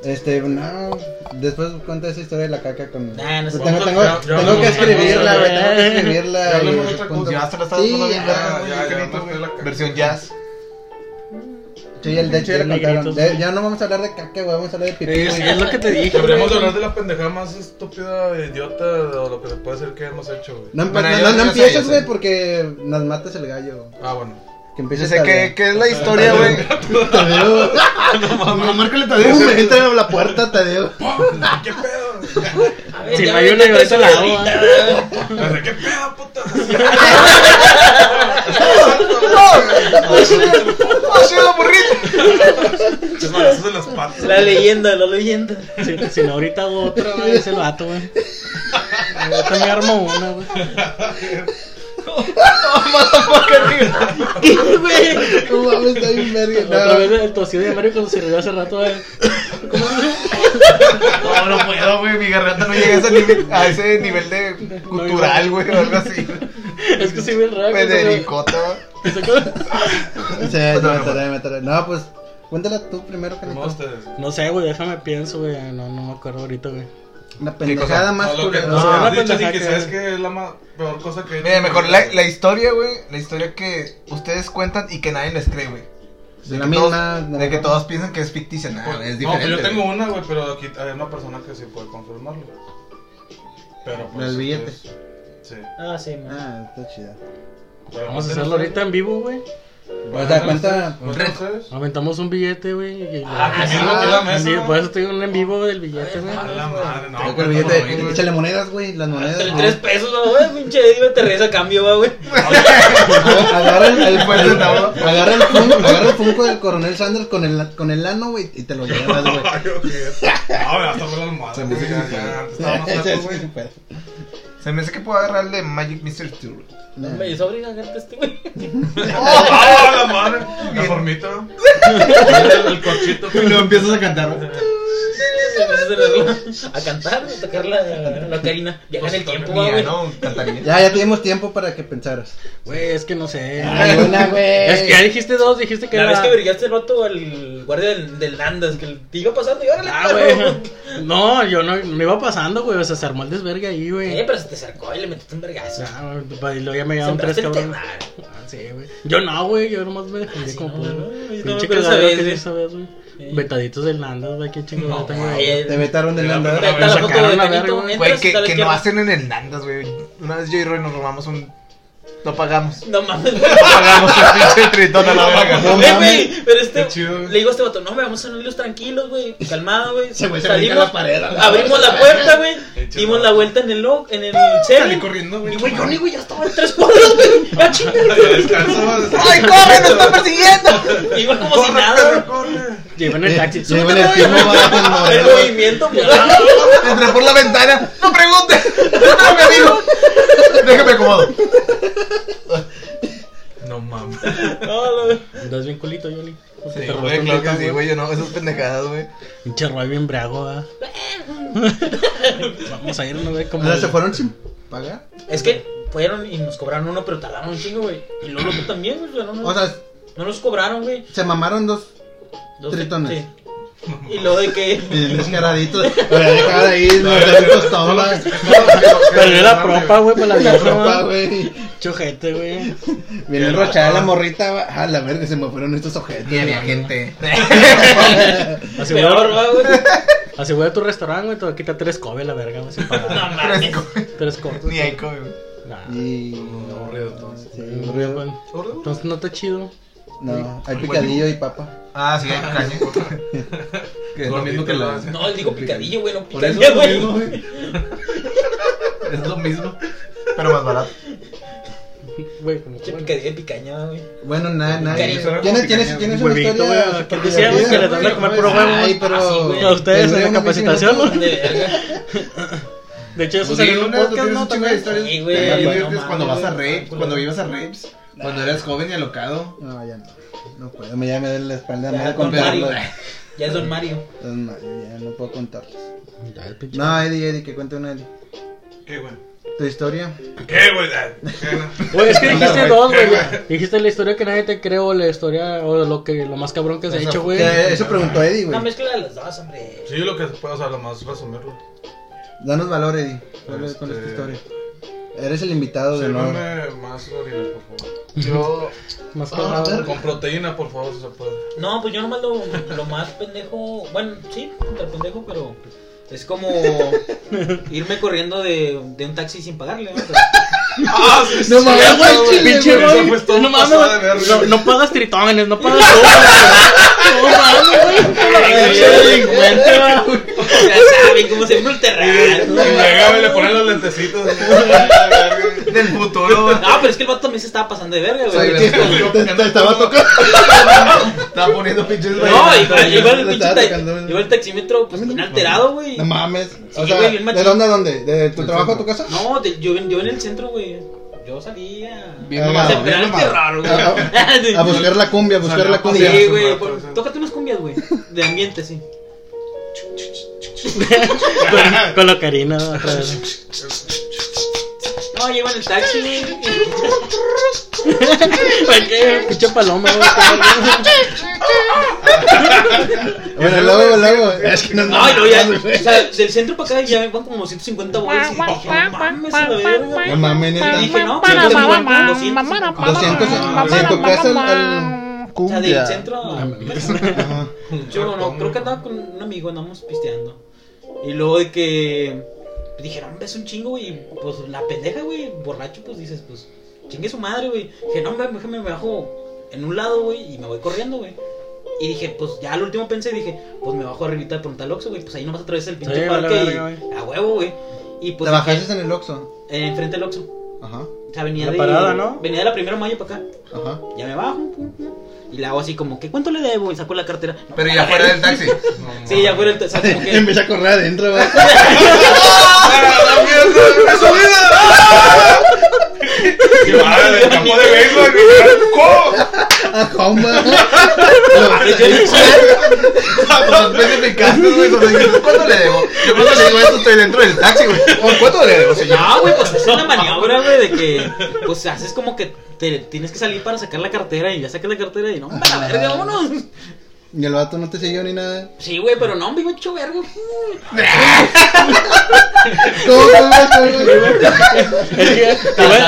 Este, no. Después cuenta esa historia de la caca con.
Nah, no sé.
Yo tengo, tengo,
Ya- ya
tengo
hablamos
que
de otra cosa,
escribirla, güey.
güey.
Tengo que escribirla.
Ya hablamos
güey,
de otra cosa.
cuando-
pues, Ya hasta la estás
Sí,
pasando
ya,
bien, verga,
Ya,
güey.
ya,
Qué
ya,
bonito,
más
güey.
de la caca.
Versión jazz.
Sí, el, de hecho ya la
Ya negritos,
contaron. Ya,
güey.
ya no vamos a hablar de caca, güey. Vamos a hablar de pipí.
Es, es lo que te dije, güey.
Deberíamos hablar de la pendejada más estúpida, idiota, o lo que puede ser que hemos hecho, güey.
No, empe-
Bueno,
no,
yo-
no,
yo
no
sé, yo
empieces,
sé.
güey, porque nos matas el gallo.
Ah, bueno.
Que
Yo
empieces
sé que, que es la historia, güey.
Tadeo. No, márcale Tadeo, güey. Entra a la puerta, Tadeo.
¿Qué pedo?
Si no hay una, yo ahorita la hago. güey.
¿Qué pedo, puta?
¡Oh, sí, la burrita!
Te mandas de las patas.
La leyenda, la leyenda.
Si, si no, ahorita hago otra, güey. Es el vato, güey. Ahorita me armo una, güey.
¿Qué, güey?
No mames, está bien
Otra
verga.
vez el tosido de Mario cuando se rió hace rato, güey.
No, no puedo, güey. Mi garganta no llega a ese nivel, a ese nivel de cultural, güey, o algo así. Pues
Es que sí, bien raro. güey,
Pedericota.
güey. Eso que-
Pues No, sí, me mataré, me mataré. No, pues, cuéntala tú primero, que
¿Cómo ustedes?
No sé, güey. Déjame pienso, güey. No, no me acuerdo ahorita, güey.
La pendejada más
No, lo que
culera.
no,
no,
has
no,
dicho,
no,
sí, que
no,
sabes
no.
que es la ma- peor cosa que...
Mira, mejor la, la historia, güey. La historia que ustedes cuentan y que nadie les cree, güey.
De la
que
misma.
todos- de que todos piensan que es ficticia. No,
Pues,
es
no,
diferente.
pues yo tengo
güey.
una, güey, pero aquí hay una persona que sí puede confirmarlo. Pero pues...
Las billetes.
ustedes- Sí.
Ah, sí, man.
Ah, está chida.
Pero,
Vamos a
pues,
hacerlo ahorita en vivo, güey.
Pues,
O sea, cuenta.
¿no sabes?
Aventamos un billete, güey. y-
Ah, que sí,
Ah,
lo que es la mesa,
sí,
¿no?
Por eso estoy un en vivo del billete, güey.
A la madre, no,
Creo que
güey,
el
no,
billete-
güey.
Échale monedas, güey. Las monedas.
Tres,
¿no?
tres pesos, ¿no, güey. Pinche Diva Teresa a cambio, va, güey.
Agarra el, el-
Pues,
el-
no.
agarra el funko, agarra el funko del coronel Sanders con el, con el ano, güey, y te lo llevas, güey.
Ay, ok. No, güey, hasta fue la
Se
madre,
me
güey,
hizo
ya,
que-
ya, antes estaba más alto, güey.
Se me hace que puedo agarrar el de Magic Mystery Tour.
No.
Me hizo abrir la carta este, güey.
¡Ah, la madre! La formita. El, el cochito.
Y lo empiezas a cantar.
A cantar, Pues a tocar la, la carina. Viajar en el tiempo, va,
Pues, Mira,
güey.
no, cantaría.
Ya, ya tuvimos tiempo para que pensaras.
Güey, es que no sé.
Ay, una, güey.
Es que ya dijiste dos, dijiste que
La
era-
vez que brigaste el vato al guardia del, del Nandas, que te iba pasando y órale,
Ah,
perro.
güey. No, yo no me iba pasando, güey. O sea, se armó el desvergue ahí,
Eh,
güey.
pero se te acercó y le metiste un vergazo.
Ya, güey, y luego ya me llegaron tres
Sembraste el
cabrones.
tema.
Ah, sí, güey. Yo no, güey. Yo nomás me defendí
sí,
como
no,
pude.
no,
güey.
no, no,
Pinche
pero esa
cagadero
vez,
que
güey.
esa vez, güey.
Sí.
Vetaditos del Nandas, güey. Qué chingón
No,
tengo,
güey.
güey.
Oye,
Te vetaron del
Ya,
andar.
pero-
vete a la
me
foto
sacaron
de
la verga,
Benito,
güey.
Güey,
entras
que,
a la
que no
izquierda.
hacen en Hernández, güey. Una vez yo y Roy nos robamos un. No pagamos.
No mames,
Pagamos un pinche tritón a la verga.
Eh, güey, pero
Qué
este,
chido, güey.
le digo a este vato, no, güey, vamos a unirlos tranquilos, güey, calmado, güey.
Ese güey se brinca
Salimos,
la pared, a la
abrimos la puerta, güey,
Qué chido.
dimos la vuelta en el log, en el cel.
Salí corriendo, güey.
Y güey, Johnny, güey, ya estaba en tres cuadros, güey, Ah, ya
Ya
chingas.
descansó.
¡Ay, corre! ¡Nos está persiguiendo!
Iba como si
Ah,
nada, güey.
Llevan el taxi.
Llevan el timo bajo en
el
Morelos.
movimiento, pues, güey.
Entré por la ventana. ¡No pregunte! ¡No, mi amigo! Déjame acomodo.
No mames.
No, no, güey.
Andas bien culito, Johnny. Porque
Sí,
te
güey,
robaste
claro
un
que
Lucas,
sí,
güey.
güey. Yo no, esas pendejadas, güey.
Pinche Roy bien briago, ¿verdad? Vamos a ir, no, güey,
O
como.
sea, se fueron sin pagar.
Es que fueron y nos cobraron uno, pero talaron un chingo, güey. Y luego otro también, güey, o sea, no, nos-
O sea,
no nos cobraron, güey.
se mamaron dos
Dos-
Tritones.
sí. Y luego de que...
bien descaraditos. Voy a dejar ahí, nos den tostola.
Pero era propa, güey, para la
La
vieja,
ropa,
güey.
güey.
Chojete, güey.
Viene enrochada la morrita. va. A la verga, se me fueron estos objetos.
mi gente.
Peor,
Asegura,
va, güey.
asegura tu restaurante, güey. Te va a quitar tres cobe la verga, güey, sin pagar.
No mames.
Tres cortos.
Ni hay COVID, güey.
Nah.
Y.
Aburrido, entonces.
Sí,
No,
aburrido.
güey. Entonces no está chido.
No, hay picadillo y papa.
Ah, sí, hay caña. Que es lo mismo que la.
No, él dijo picadillo, güey, no
Por eso
picadillo,
es lo mismo,
güey.
güey. Es lo mismo. pero más barato.
Güey, como
Pinche picadilla de picaña, güey.
Bueno, nada, nada.
Cariño,
¿Tienes,
suena
tienes,
como
tienes,
picaña,
una
huevito,
historia.
güey,
súper
que quisieran
divertida,
que les dan de
güey,
comer
güey.
puro huevo.
Ay, pero.
Así, güey.
A ustedes
Tendré
en la
una misión
capacitación,
de-
¿no?
De verga.
De hecho, eso
Pues
salió
sí,
en un
una, tú
podcast,
tienes
¿no?
un chingo de
También.
historias.
Sí, güey,
También
no
diviertes
mames,
cuando vas a
güey,
rapes, cuando ibas a rapes, cuando eras joven y alocado.
No, ya no. No puedo, me ya me duele la espalda, me
Ya
da
es Don Mario.
contarlo.
Ya es Don Mario.
Es mal, ya no puedo contarlos.
Ya, el pinche.
No, Eddie, Eddie, que cuente una Eddie.
¿Qué, güey?
Tu historia.
¿Qué, güey? Ah, ¿qué, no?
Güey, es que dijiste
güey.
dos, güey. Dijiste la historia que nadie te cree o la historia o lo que lo más cabrón que se ha hecho, güey.
Eh, Eso preguntó Eddie,
Una
güey.
mezcla de las dos, hombre.
Sí, lo que se puede, o sea, lo más resumirlo.
Danos valor, Eddie. Dale con
Este-
esta historia. Eres el invitado de nuevo.
Sírveme más orines, por favor. Yo,
Más
Ah,
cabrón.
con proteína, por favor, si se puede.
No, pues yo nomás lo, lo más pendejo. Bueno, sí, contra pendejo, pero es como irme corriendo de, de un taxi sin pagarle. ¿no?
¡Ah, sí,
No mames, güey, chile,
Pinche
güey.
Eso fue todo
güey. No mames,
pasado de verga.
güey. no, no pagas tritones, no pagas todo. No mames, güey. Pinche delincuente, güey.
O sea, saben cómo se ve el
Ah,
terreno.
Y llegaba y le ponen los lentecitos. güey.
Del futuro.
No, pero es que el vato también se estaba pasando de verga,
Soy
güey.
verga.
Te- te- te estaba tocando.
Estaba poniendo pinches
No,
bailes.
igual, igual el
Lo
pinche
estaba
ta-
tocando.
igual el taxímetro, pues bien alterado, güey.
No mames. O
Sí,
sea,
güey, bien machín.
¿de dónde a dónde? ¿De tu trabajo a tu casa?
No, de- yo, yo en el centro, güey. Yo salía.
Ah,
Bien
a
mamado, bien
temprano el
mamado.
terror, güey.
A buscar la cumbia, a buscar
Salió
la
a
cumbia.
Sí,
Cumbias,
güey.
un
por-
rato, sí.
Tócate unas cumbias, güey. De ambiente, sí.
Con, con la carina atrás.
No, llevo en el taxi, güey.
¿Para qué? Pinche paloma, güey.
Bueno, luego, luego. Es que no
No, y luego ya. O sea, del centro para acá ya van como 150 bolas. Y dije, no mames, a la verga.
No mames, neta.
Y dije, no, pues yo tengo
mamá,
200.
en tu casa al-
O sea, del
Cumbia.
centro. a- Yo no, creo que andaba con un amigo, andamos pisteando. Y luego de que dijeron, ves un chingo, güey. y, Pues la pendeja, güey, borracho, pues dices, pues chingue su madre, güey. Dije, no, hombre, déjame, me bajo en un lado, güey, y me voy corriendo, güey. Y dije, pues ya al último pensé, dije, pues me bajo arribita de Punta Loxo, güey. Pues ahí nomás atravesé el pinche
Sí, vale,
parque
verga,
y a huevo, güey. Y pues
Te bajaste en el Oxxo.
eh, enfrente del Oxxo.
Ajá,
O sea, venía
La
de
parada, ¿no?
Venía de la primera mayo para acá.
ajá.
Ya me bajo, pum, pum, y le hago así como, ¿qué cuánto le debo? Y saco la cartera. No,
Pero ya fuera del taxi.
Sí, ya fuera el. O sea, como que.
Empecé a correr adentro, güey.
Y madre, del campo de béisbol, güey. ¿Cómo?
A comba.
Después de picarnos, güey, cuando dices, ¿cuánto le debo? Yo cuando le digo esto estoy dentro del taxi, güey. ¿O ¿Cuánto le debo, señor?
No, güey, pues es una maniobra, güey, de que. Pues haces como que te tienes que salir para sacar la cartera y ya sacas la cartera y no, hombre, a la verga, vámonos.
Y el vato no te siguió ni nada.
Sí, güey, pero no, me hecho verga.
¿Cómo te
Es que, güey,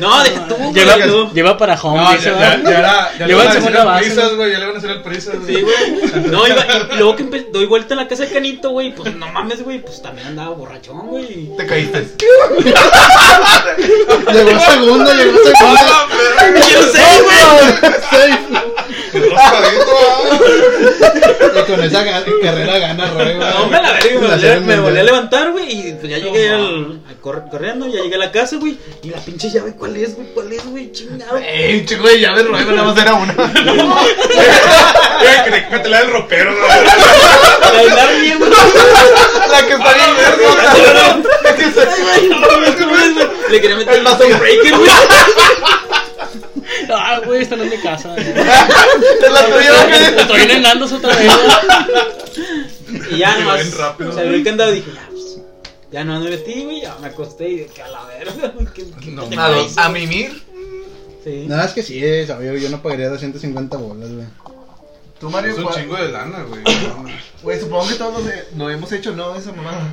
No, deja tú, güey.
lleva,
deja tú.
lleva para home,
No,
dice,
ya,
va.
ya, ya, era- ya le
Lleva
van a
en
decir
segunda
el
base.
prisas, güey. Ya le van a hacer el prisas,
Sí, güey. No, iba, y, y luego que empe- doy vuelta en la casa de Canito, güey, pues no mames, güey, pues también andaba borrachón, güey.
Te caíste.
Llegó segundo, llegó segundo.
Yo sé, güey.
Safe. Y con esa ga- carrera gana, Roy, güey.
No, hombre, a la verga, me
La
volví,
serie
a- me volví a
mundial.
levantar, güey, y pues ya llegué al, a cor- corriendo, ya llegué a la casa, güey, y la pinche llave, ¿cuál es, güey? ¿Cuál es, güey? Chingado.
Ey, un chico de llave, Roberto, nada más era una.
Güey, que te- que te la del ropero, güey.
Para bailar bien, güey.
La que está bien verga. La que está
Ay, no mames, ¿cómo es, güey? Le quería meter
El vaso
un breaker, güey.
Ah, güey, esta no es mi casa. güey.
Es la tuya, güey.
Estoy nenándose otra vez.
Y ya
Que
nomás
ven rápido.
se abrió el candado y dije, ya, pues, ya no me metí, güey, ya me acosté y dije, a la verga, güey, qué, qué
No,
pendejo
a, los-
hice,
a
güey".
mimir.
Sí.
No, es que sí, es obvio. Yo no pagaría 250 bolas, güey.
Tú, Mario,
Es un
¿cuál-
chingo de lana, güey.
Güey, supongo que todos nos, no hemos hecho, ¿no? Esa mamada.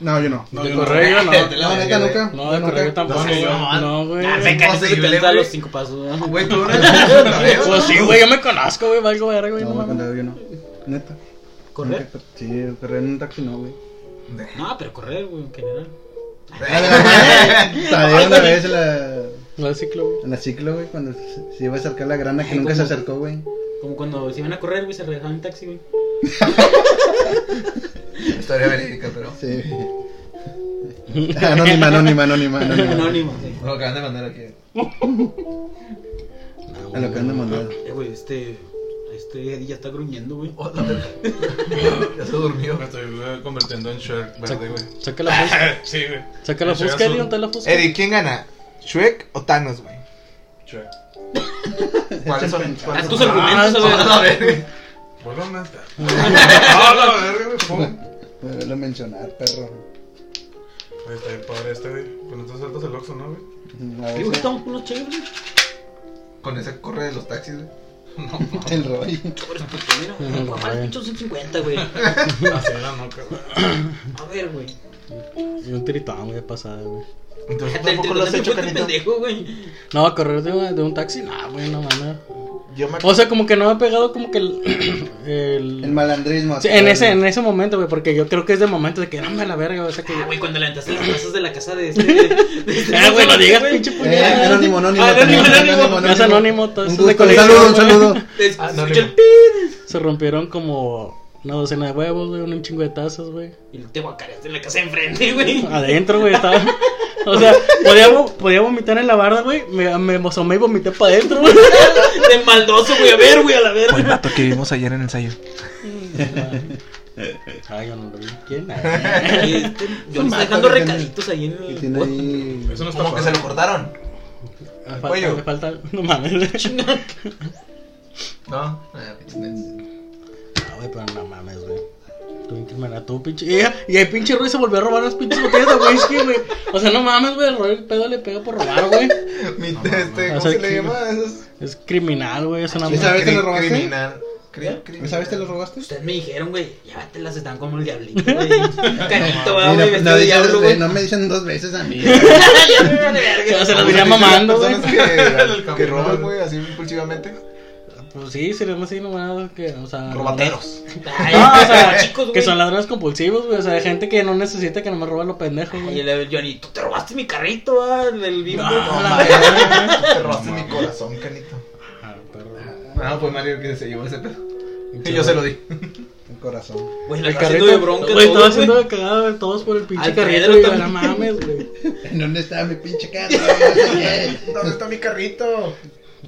No, yo no.
No,
De
yo no.
correo, no.
No, neta, nunca.
No, de correo tampoco,
No, sí,
güey.
no,
No, güey.
Ah, se cae, se
Imposible,
te a
güey.
los cinco pasos, güey.
Güey, tú no eres un torneo,
Pues sí, güey, yo me conozco, güey, valgo verga, güey.
No,
No,
güey,
mames.
cuando yo no. Neta.
¿Correr?
Nunca- Sí, correr en un taxi no, güey.
No, pero correr, güey, en general.
Todavía una vez la,
No, sí, club. güey.
en la ciclo, güey, cuando se, se iba a acercar la grana que
Ay,
nunca se
¿cómo?
acercó, güey.
Como cuando se iban a correr, güey, se regresaban en taxi, güey.
Historia verídica, pero.
Sí. Anónima, anónima, anónima, anónima.
Anónimo, sí.
Lo acaban de mandar aquí.
A lo que han demandado.
Eh, güey, este. Este Eddie ya está gruñendo, güey.
Oh, la verga. ya se durmió.
Me estoy eh, convirtiendo en Shrek verde, güey.
Saca la fusca.
sí, güey.
Saca la
Shrek
fusca,
azul.
Eddie, ¿dónde está la fusca?
Eddie, ¿quién gana? ¿Shrek o Thanos, güey?
Shrek.
¿Cuáles son? ¿Cuáles
Haz tus
son?
argumentos, güey.
A ver.
Vuelvo a matar. Ah, la verga, güey. pum.
Poderlo mencionar, perro.
Güey, Está bien padre este, güey. Con estos saltos el Oxxo, ¿no, güey?
A
Digo,
veces
estamos con unos chéveres.
Con ese corre de los taxis, güey.
el Roy.
Chéveres, porque mira,
Mm,
güey, papá,
güey.
el pincho 150, güey.
Así era, no, cabrón.
A ver, güey.
Y un tiritón, güey, pasada, güey.
Entonces,
Del
tampoco lo has hecho,
150
Canito.
pendejo, güey.
No, a correr de, de un taxi, no, güey, no mames.
Yo me
O sea, como que no me ha pegado como que el. el-
El malandrismo.
Sí, en, ese, en ese momento, güey, porque yo creo que es de momento de que no me la verga, o sea que.
Ah, güey, cuando levantaste las cosas de la casa de este. de este-
Ah, güey, no digas, pinche
Eh,
puñal.
anónimo, anónimo.
Ah, anónimo,
también,
anónimo.
No es anónimo, todo
Un
eso es de
gusto, un
colección,
saludo, un
güey.
saludo.
Te
Ah, no,
este, escucha el
no.
pi.
Se rompieron como una docena de huevos, güey, un chingo de tazas, güey.
Y te guacareaste en la casa de enfrente, güey.
Adentro, güey, estaba. O sea, podía, vo- podía vomitar en la barda, güey. Me, me asomé y vomité para adentro, güey.
De maldoso, güey. A ver, güey, a la verga.
Fue el vato que vimos ayer en el ensayo.
Ay, yo no lo vi. ¿Quién?
Este, Yo le estoy dejando recaditos ahí en
Y
el.
tiene ahí.
Eso no está
Como que se lo cortaron.
Me
cuello.
falta, me falta. No mames. Ah,
No. eh,
No, güey, pero no mames, güey. Tú, que me la tú, pinche. Y, y el pinche Roy se volvió a robar las pinches botellas de whisky, güey. O sea, no mames, güey. El Roy el pedo le pega por robar, güey.
Mi, este,
no
¿Cómo
sé
se le
quién.
llama? Esos-
Es criminal, güey. Es una
¿Y sabes
mamada.
que lo
Cri-
robaste?
Criminal. Cri- criminal.
¿Esa vez te lo robaste?
Ustedes me dijeron, güey, ya te las están como el diablito, güey. Canito,
Mira,
güey, vestido
no,
de
dices,
diablo,
güey,
güey.
no me dicen dos veces a mí.
Ya me van a verga.
Se las
¿Cómo se le
diría
dice a las
mamando, güey.
personas Que,
El
que roban,
caminador.
güey, así impulsivamente.
Pues sí, se les así nomás que, o sea.
Robateros.
Ay, pues,
No, o sea,
chicos,
que
güey.
son ladrones compulsivos, güey. O sea, de gente que no necesita que nomás roba lo pendejo,
Y
güey.
el Johnny, tú te robaste mi carrito, ah, del bimbo.
No, la
Mario,
verga.
Te robaste mi corazón, canito.
Ah, perdón.
No, fue pues Mario que se llevó ese pedo. Y yo se lo di.
El corazón.
Güey, la
El
carrito
carrito
de bronca,
Güey, estaba
todo,
haciendo
güey.
de cagada, güey, todos por el pinche
Al
carrito,
Pedro
güey.
también.
No mames, güey.
¿En dónde está mi pinche casa? Güey,
¿Dónde está mi carrito?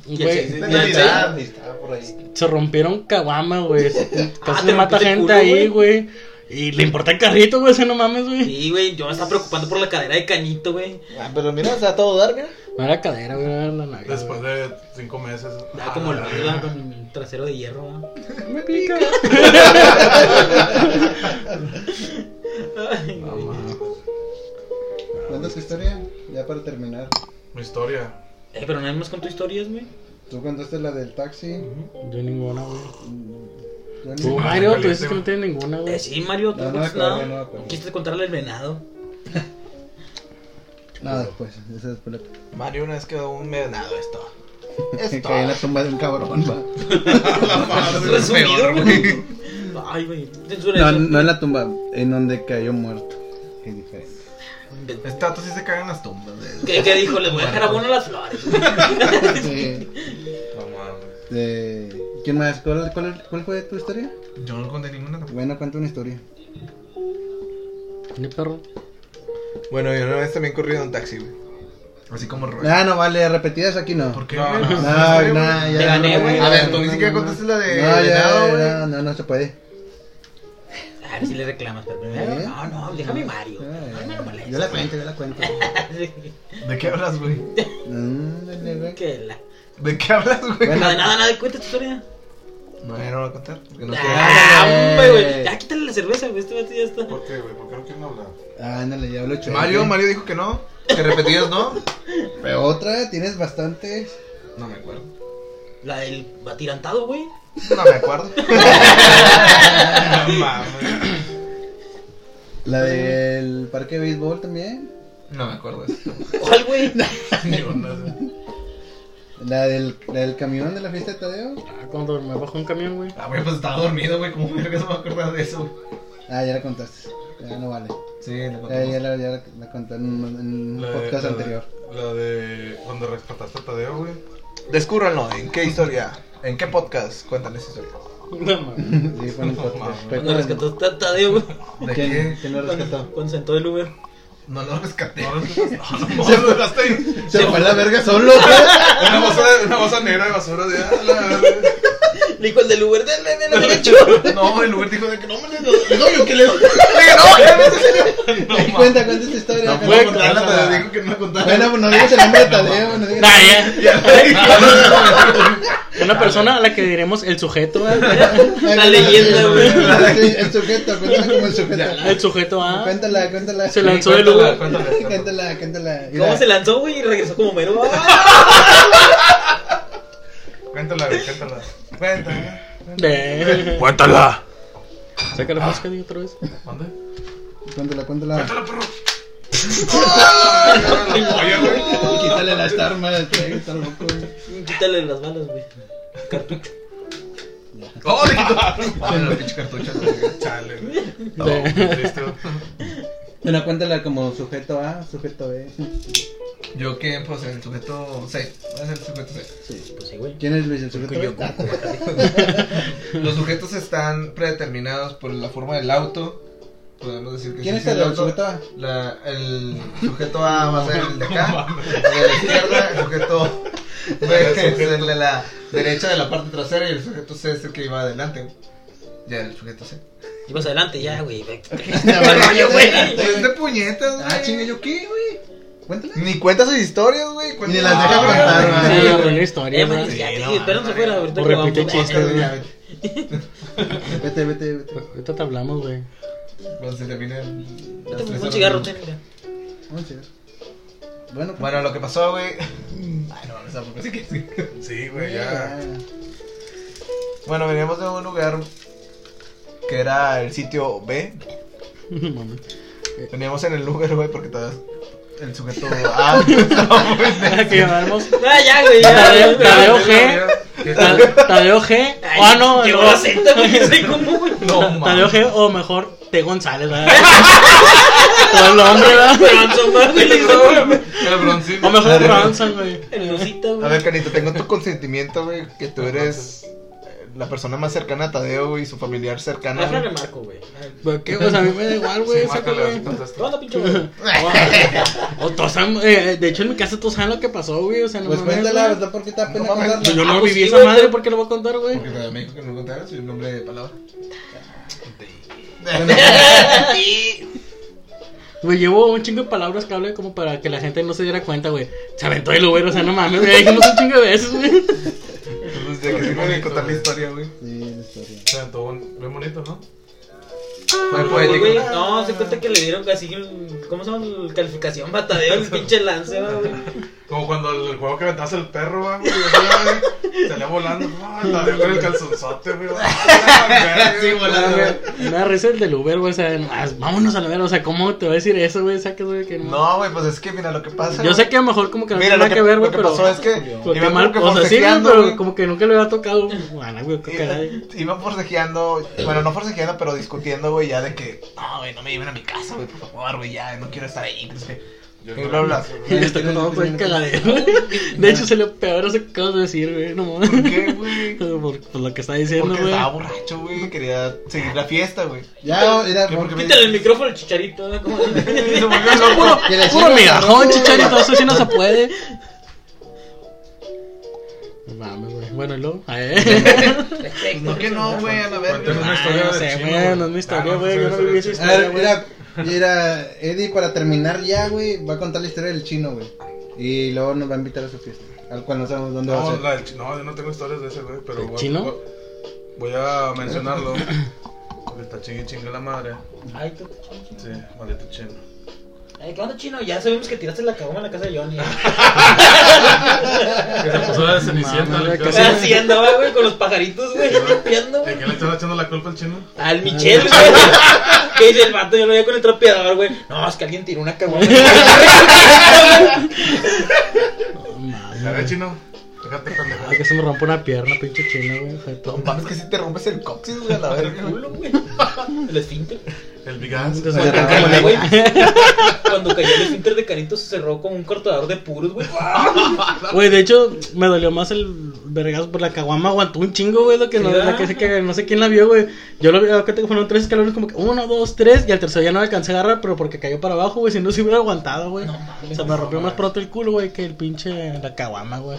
Güey,
sí,
De
sí.
Navidad. Estaba por ahí.
Se rompieron caguama, güey. Se- Casi
Ah, te
se mata
rompiste el
gente
culo,
ahí, güey. Y le importa el carrito, güey, ese no mames, güey.
Sí, güey, yo me estaba preocupando por la cadera de Cañito, güey.
Ah, pero mira, está todo dar, mira.
No era cadera, güey, era la nalga.
Después de cinco meses. Ah,
Estaba como el Buda con el trasero de hierro, ¿no?
güey. Ah, Me pica.
Ay, güey.
¿Cuántas historia? Ya para terminar.
Mi historia.
Eh, pero nadie más contó historias, güey.
Tú contaste la del taxi.
Yo ninguna, güey.
Yo ni-
Tú, Mario, tú dices pues, que no tienes ninguna,
Eh,
güey.
sí, Mario, tú
No,
no,
no me
contaste
acuerdo,
nada.
no me acuerdo.
Quisiste contarle el venado.
No, después. pues, Esa después la-
Mario una vez quedó un venado esto.
que caí en la tumba de un cabrón. va.
Resumido, güey. Ay, güey. Censura
No,
eso.
no en la tumba, en donde cayó muerto. Es diferente.
Estatus sí se cagan las tumbas. güey.
¿Qué, qué dijo? Le voy a dejar abono a las flores. güey.
Sí.
No mames.
De- ¿Quién más? ¿Cuál, cuál, cuál fue tu historia?
Yo no conté ninguna tampoco.
Bueno, cuenta una historia.
Ni perro.
Bueno, yo una vez también corrí en un taxi, güey. Así como Roy.
Ah, no, vale, repetidas aquí no.
¿Por qué,
No,
güey?
no.
No,
Pues,
no,
Eh, güey,
ya.
Te gané,
no,
güey.
no,
A ver,
no,
tú ni
no,
siquiera
no.
contaste la de
No,
venado,
ya,
güey.
no, no, no se puede.
A ver si le reclamas, pero primero.
¿Eh?
No, no, déjame Mario. No me lo molestes,
Yo la cuento, yo la cuento.
¿De qué hablas, güey?
Mm, dale, güey.
Que la...
¿De qué hablas, güey?
Bueno.
Nada, nada, nada, cuenta tu historia.
No, ya no lo voy a contar. Porque no
Ah,
güey.
hombre, güey. Ya quítale la cerveza, güey. Este vato ya está.
¿Por qué, güey? ¿Por qué no quieren hablar?
Ah, ándale, ya hablo
quiero.
chueco.
Mario, Mario dijo que no. Que repetidos no.
Pero otra, tienes bastantes.
No me acuerdo.
La del batirantado, güey.
No me acuerdo. no mames.
La del parque de béisbol también.
No me acuerdo de eso.
¿Cuál, güey?
Ni una, güey.
La del, la del camión de la fiesta de Tadeo.
Ah, cuando me bajó un camión, güey.
Ah, güey, pues estaba dormido, güey. ¿Cómo verga se me va a acordar de eso? güey?
Ah, ya la contaste. Ya no vale.
Sí, le
Ya, ya
conté.
la, ya la- la conté en un, en un
La de-
podcast
la de-
anterior.
La de cuando rescataste a Tadeo, güey.
Descúbranlo. ¿En qué historia? ¿En qué podcast cuentan esa historia?
No mames.
sí, fue en un podcast. Fue
Cuando
con-
rescató a Tadeo, güey.
¿De
¿Quién,
qué?
¿Quién lo rescató?
Cuando sentó el Uber.
No lo rescaté.
No, no, no,
Se me gasté ahí.
Se fue a la verga solo,
Ah.
Una basura, una bolsa negra de basura de. ah, la verga.
Le dijo el del Uber, denme, denme, denme, denme.
No, el Uber dijo de que no me le doy, le doy o que le doy.
güey. cuenta, cuenta esta historia.
No
acá.
puedo contarla, te digo que no la contara.
bueno, pues no digas el nombre de Tadeo. No digas
Nah, ya. Una persona a la que diremos el sujeto. ¿eh?
La leyenda, güey.
Sí, El sujeto, cuéntala como el sujeto.
El sujeto A.
Cuéntala, cuéntala.
Se lanzó del Uber.
Cuéntala, cuéntala.
¿Cómo
Mira,
se lanzó, güey? Y regresó como mero.
Cuéntala, güey, cuéntala. Cuéntala.
De-
¡Cuéntala!
Saca la máscara y otra vez.
¿Dónde?
Cuéntala, cuéntala.
Cuéntala, perro. Ay, la polla, güey.
Quítale las armas, güey, está loco, güey.
Quítale las balas, güey. Cartucho.
Oh, le quitó. Ah, la pinche cartucha.
Chale, güey.
De-
Triste, güey.
Bueno, cuéntala como sujeto A, sujeto B.
Yo que, pues, el sujeto C. Voy a ser el sujeto C.
Pues sí, güey.
¿Quién es Luis, el sujeto B? Ah,
Los sujetos están predeterminados por la forma del auto. Podemos decir que
¿Quién
sí,
es
sí,
el sujeto A?
La, el sujeto A va a ser el de acá, el de la izquierda, el sujeto B es el de la derecha de la parte trasera y el sujeto C es el que iba adelante. güey. Ya el sujeto C.
Ibas adelante ya, güey. Ve- Qué rollo, güey.
Es de puñetas, güey.
Ah, chinga, ¿yo qué, güey? Cuéntala.
Ni cuenta sus historias, güey. cuenta-
Ni las deja
Ah,
contar,
güey.
güey.
Sí, horrible
Ya,
historia.
güey,
¿verdad?
Eh, pues, ya,
sí,
ya,
no,
Espéranos afuera, ahorita
O
que vamos.
repite chistes, güey.
Ya, güey.
Vete, vete, vete.
Ahorita te hablamos, güey.
Cuando se termina el-
Yo te
las tres
pongo un
horas.
cigarro, ten, mira.
Vamos a ver. Bueno, pues,
Bueno, lo que pasó, güey. Ay, no mames, tampoco así que sí.
Sí, güey, ya.
Bueno, veníamos de un lugar que era el sitio B.
No mames.
Veníamos en el lugar, güey, porque todavía el sujeto A estaba muy
Que llevamos
Ah, ya, güey.
Tadeo
Ya,
Tadeo
ya.
G. Ta- Tadeo G.
Ay,
Ah, no.
Qué
no.
groseta, güey. que Soy como, güey.
No,
Ta- Tadeo
mames.
G o mejor T. González, ¿verdad? O el hombre, ¿verdad?
Bronzo, güey, le dice, güey.
El broncito.
O mejor Bronson, güey.
Hermosita,
A
güey.
ver, Carito, tengo tu consentimiento, güey, que tú eres eh, la persona más cercana a Tadeo, güey, y su familiar cercana.
Hazle
güey.
remarco, güey.
¿Por qué? Pues a mí me da igual, güey.
Sí,
esa
márcale,
cosa.
así contesta.
¿Qué onda, pinche güey?
O todos saben, eh, de hecho en mi casa todos saben lo que pasó, güey. O sea, no
Pues
mames,
cuéntala,
güey.
¿verdad? ¿Por qué te da pena
No mames,
contarla?
Yo
Ah,
no
pues
viví
sí,
esa
güey,
madre,
pero-
¿por qué lo voy a contar, güey?
Porque Tadeo me dijo que no contara su nombre de palabra.
Güey, llevo un chingo de palabras que hablé como para que la gente no se diera cuenta, güey. Se aventó el Uber, o sea, no mames, güey. Dijimos un chingo de veces, güey.
Entonces, ya que sirve de contar la historia, güey.
Sí, la historia.
Se aventó un- bien bonito, ¿no?
Fue
Güey,
poético.
güey, No, se cuenta que le dieron casi. el- ¿Cómo se llama? Calificación, batadeo, el pinche lance, güey.
Como cuando el, el juego que aventabas el perro, va, güey, así, güey, salía volando, ah, la veo con el calzonzote, güey.
Sí, volando, güey.
Me da risa el del Uber, güey. O sea, no, as- vámonos a la verga. O sea, ¿cómo te voy a decir eso, güey? Sacas, güey, que no.
No, güey, pues es que mira lo que pasa.
Yo
güey.
sé que a lo mejor como que no
Mira,
tiene
lo
nada
que,
que ver,
lo
güey,
que
pero.
pasó es que
Lo que
iban
mal,
como
o
que
sea, sí, güey,
forcejeando,
pero
güey.
como que nunca le había tocado. Bueno, güey, qué caray.
Iban forcejeando, bueno, no forcejeando, pero discutiendo, güey, ya de que, no, güey, no me lleven a mi casa, güey, por favor, güey, ya, no quiero estar ahí, que no sé qué. Y bla, bla.
Y está con todo el cagadero. De hecho, se le peor eso que acabas de decir, güey. No mames.
¿Por qué, güey?
Por, por lo que está diciendo,
Porque
güey.
estaba borracho, güey, quería seguir la fiesta, güey.
Ya, mira,
¿Qué?
porque
Porque
Quítale el micrófono al chicharito, ¿no? ¿Cómo?
Se volvió loco.
Puro,
Que le
puro
sirva
migajón,
la-
chicharito, eso sí no se puede. No Mames, güey. Bueno, y luego. Eh.
Pues no que no, güey, a la
Cuéntame una
verga.
historia
Ay, Ah, no
del
sé,
chino,
güey, no es mi historia,
Ah, sé
güey, yo no
la
viví
historia
esa
del
A ver, mira, mira, Eddie, para terminar ya, güey, va a contar la historia del chino, güey. Y luego nos va a invitar a su fiesta, al cual no sabemos dónde va
chino.
a
No,
ser.
la del chino, no, yo no tengo historias de ese, güey, pero...
¿El
voy-
chino?
voy- Voy a mencionarlo, porque está chingue chingue la madre.
Ay, tú, chino.
Sí, maldito chino.
Ay, ¿qué onda, chino? Ya sabemos que tiraste la cagoma en la casa de Johnny. ¿eh?
Que Pues se puso de cenicienta,
Mames,
le
que
quedó-
sea-
Así andaba, güey, con los pajaritos, güey, trapeando,
¿De
güey.
qué le estaba echando la culpa al chino?
Al Michel, güey. Que dice el vato, yo lo veía con el trapeador, güey. No, es que alguien tiró una cagoma.
A ver, chino, déjate pendejo.
Ay, Ah, que se me rompe una pierna, pinche chino, güey. fue todo.
No mames, que si te rompes el coxis, güey, a la verga. güey.
culo, güey. El esfínter.
El bigas.
Entonces,
Oye,
acá
Rafa,
como
Carla,
le-
güey. Cuando cayó el esfínter de Carito se cerró con un cortador de puros, güey.
Güey, de hecho, me dolió más el vergas por la caguama aguantó un chingo, güey. Lo que,
Sí,
no,
¿verdad?
la que se caga, no sé quién la vio, güey. Yo lo vi, acá te- fueron tres escalones, como que uno, dos, tres. Y al tercero ya no alcancé a agarrar, pero porque cayó para abajo, güey. Si no, se hubiera aguantado, güey. o sea, me rompió más pronto el culo, güey, que el pinche la caguama, güey.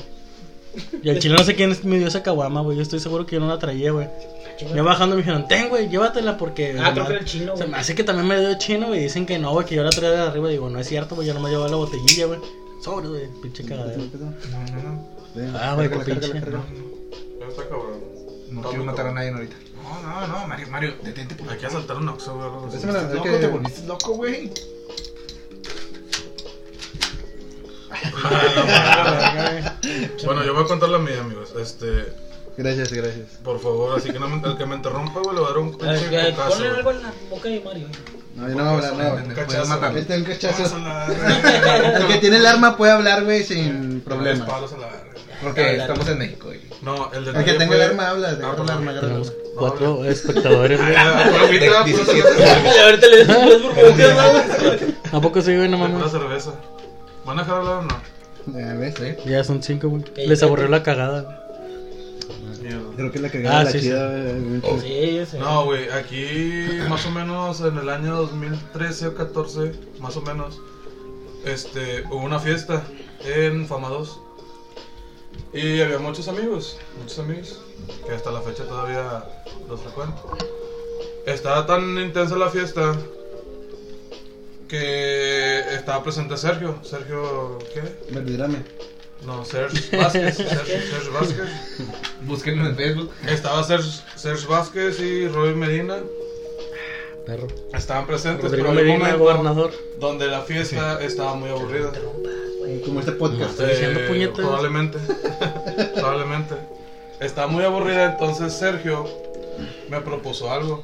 Y al chile no sé quién me dio esa caguama, güey. Yo estoy seguro que yo no la traía, güey. Yo bajando me dijeron, ten, güey, llévatela porque.
Ah, creo que era el chino,
O sea,
güey.
me hace que también me dio chino, güey. Dicen que no, güey, que yo la traía de arriba. Digo, no es cierto, güey, yo no me llevaba la botellilla, güey. Sobre, güey, pinche cagadero.
No, no, no.
Ah,
Cárgala,
güey, con pinche.
cárgala, cárgala.
Ya está cabrón.
No
Está
quiero
muy
matar a
cabrón.
nadie ahorita.
No, no, no, Mario, Mario, detente por aquí a saltar un oxo, güey.
Ese me la-
No,
loco, te volviste loco, güey.
Bueno, yo voy a contarle a mis amigos. Este,
Gracias, gracias.
por favor, así que no me, el que me interrumpa, güey, le voy a dar un
A
pinche
ver,
cocazo,
Ponle
güey.
algo en la boca de Mario.
No, yo no voy a hablar, no.
Un
Este
cachazo,
Puedes matarme.
güey.
es
Palos a
un cachazo.
la verga.
El que tiene el arma puede hablar, güey, sin
Tres
problema.
palos a la verga.
Porque estamos en México, güey.
No, el de Ah,
El que tenga el arma habla, de agarra el arma, agarra el
Tenemos
arma.
cuatro espectadores, güey.
pues,
Ahorita le dejo las burbujas, ¿no?
¿A poco sí, güey? No
Una
mames.
cerveza. ¿Van a dejar hablar o no?
Ya ves, eh.
Ya son cinco, güey. Les aburrió la cagada.
Mierda.
Creo que la cagada
Ah,
la
sí, sí.
chida, eh, güey.
Sí, yo sé.
No, güey, aquí más o menos en el año 2013 o 14, más o menos, este, hubo una fiesta en Fama 2. Y había muchos amigos, muchos amigos, que hasta la fecha todavía los frecuento. Estaba tan intensa la fiesta que estaba presente Sergio. Sergio, ¿qué?
Verdirame.
No, Sergio Vázquez. Sergio, Sergio Vázquez.
Búsquenlo en Facebook.
Estaba Sergio, Sergio Vázquez y Roy Medina.
Perro.
Estaban presentes,
Rodrigo
pero había un
Medina,
momento
gobernador.
donde la fiesta estaba muy aburrida.
Como este podcast.
Estoy diciendo
Eh,
puñetas.
Probablemente. probablemente. Estaba muy aburrida, entonces Sergio me propuso algo.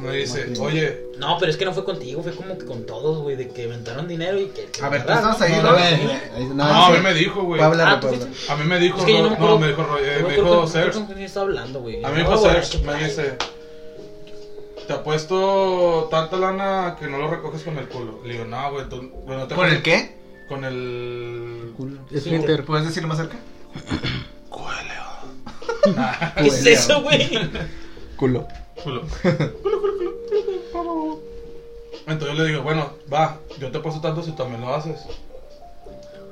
Me dice, oye,
No, pero es que no fue contigo, fue como que con todos, güey, de que inventaron dinero y que. que
A ver, tú
pues,
¿verdad?
estabas ahí,
Ah, No,
¿no?
güey.
no, a mí
dice-
me dijo, güey.
Puede hablar,
Ah, tú
puede
fuiste.
hablar.
A mí me dijo,
Es que yo
Ro-
no me
no,
acuerdo-
me dijo, Roy, eh,
Yo no
me
creo
dijo
que- creo
Sergio.
que con quién estaba hablando, güey.
A mí
Yo
me dijo
borracho,
Serge, me
ay.
dice, te apuesto tanta lana que no lo recoges con el culo. Le digo, no, güey, tú, güey, no te
¿Con el qué?
Con el...
Splinter.
¿Puedes decirlo más cerca?
¿Qué es eso, güey?
Culo.
Culo. Entonces yo le digo, bueno, va, yo te paso tanto si también lo haces.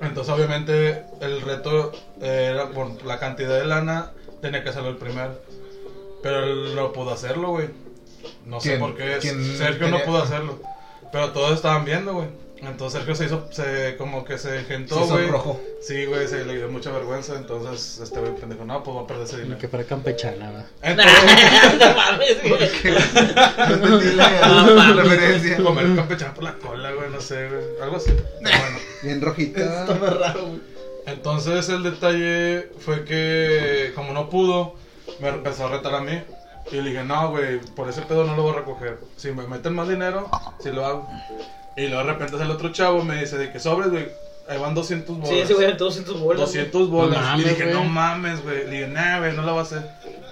Entonces obviamente el reto era, bueno, la cantidad de lana tenía que hacerlo el primero. Pero él no pudo hacerlo, güey. No sé
¿Quién?
por qué
¿Quién
Sergio no
tenía-
pudo hacerlo. Pero todos estaban viendo, güey. Entonces Sergio se hizo, se, como que se
Sí,
gentó, güey.
son rojo.
Sí, güey, se le dio mucha vergüenza. Entonces este güey pendejo, no, pues va a perder ese
Ni
dinero.
que fuera campechana, güey.
Entonces,
No mames, güey.
No entendí la la referencia.
Comer campechano por la cola, güey, no sé, güey. Algo así. Pero bueno.
Bien rojito.
Entonces el detalle fue que, como no pudo, me empezó a retar a mí. Y le dije, no, güey, por ese pedo no lo voy a recoger. Si me meten más dinero, si lo hago. Y luego de repente el otro chavo me dice, de que sobres, güey, ahí van 200 bolas.
Sí, ese güey, 200 bolas. güey.
200 bolas.
No mames,
y dije,
güey.
no mames, güey. Le dije, nah, güey, no la va a hacer.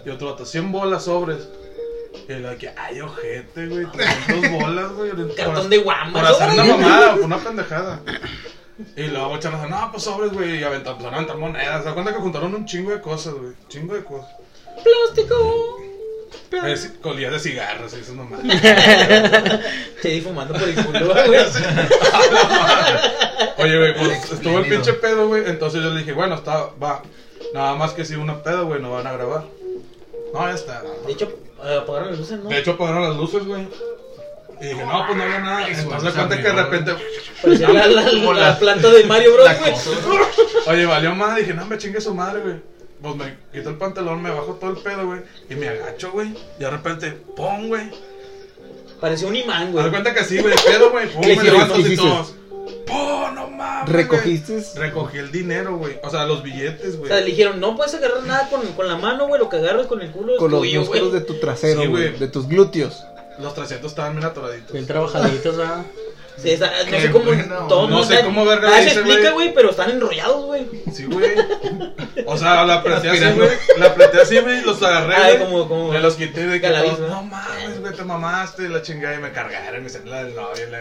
Y otro vato, 100 bolas sobres. Y le dije, ay, ojete, güey, 300 bolas, güey.
Cartón de guamba,
Por hacer una
sobres.
mamada, por una pendejada. Y luego echaron, no, pues sobres, güey. Y aventaron, empezaron a aventar monedas. Se da cuenta que juntaron un chingo de cosas, güey. Chingo de cosas.
Plástico.
Es, colillas de cigarros, y eso nomás.
Te di fumando por el culo, güey.
Oye, güey, pues estuvo el pinche pedo, güey. Entonces yo le dije, bueno, está, va. Nada más que si una pedo, güey, no van a grabar. No, ya está.
De hecho, eh, apagaron las luces, ¿no?
De hecho, apagaron las luces, güey. Y dije, no, pues no había nada. Entonces,
güey,
de cuenta
se
que de
abrió,
repente,
Parecía la, la-
Como
la
la-
planta de Mario Bros, güey.
oye, valió más. Dije, no, me chingue su madre, güey. Pues me quito el pantalón, me bajo todo el pedo, güey. Y me agacho, güey. Y de repente, pum, güey.
Parecía un imán,
Me
güey.
doy cuenta que sí, güey, pedo, güey. Pum,
¿Qué
me
hicieron?
levanto
¿Qué
así
hiciste?
todos. Pum, no mames. güey.
¿Recogiste?
Recogí el dinero, güey. O sea, los billetes,
O
güey.
sea, le dijeron, no puedes agarrar nada con, con la mano, güey. Lo que agarras con el culo es
Con los
tuyo,
músculos
güey.
de tu trasero,
Sí,
güey.
güey.
De tus glúteos.
Los 300 estaban bien atoraditos.
Bien trabajaditos, ¿verdad?
Sí, está- no
Qué
sé cómo.
bueno,
todo
no
mundo
sé
está-
cómo verga
Ah,
Nadie
le
se
dice,
explica,
güey.
güey, pero están enrollados, güey.
Sí, güey. O sea, la apreté así, güey. La apreté así, güey. Los agarré.
Ay,
güey,
como- como-
Me los quité de que.
Calabiz, ¿no?
No mames, güey, te mamaste. La chingada y me cargaron. y Me sentí la del novio. la-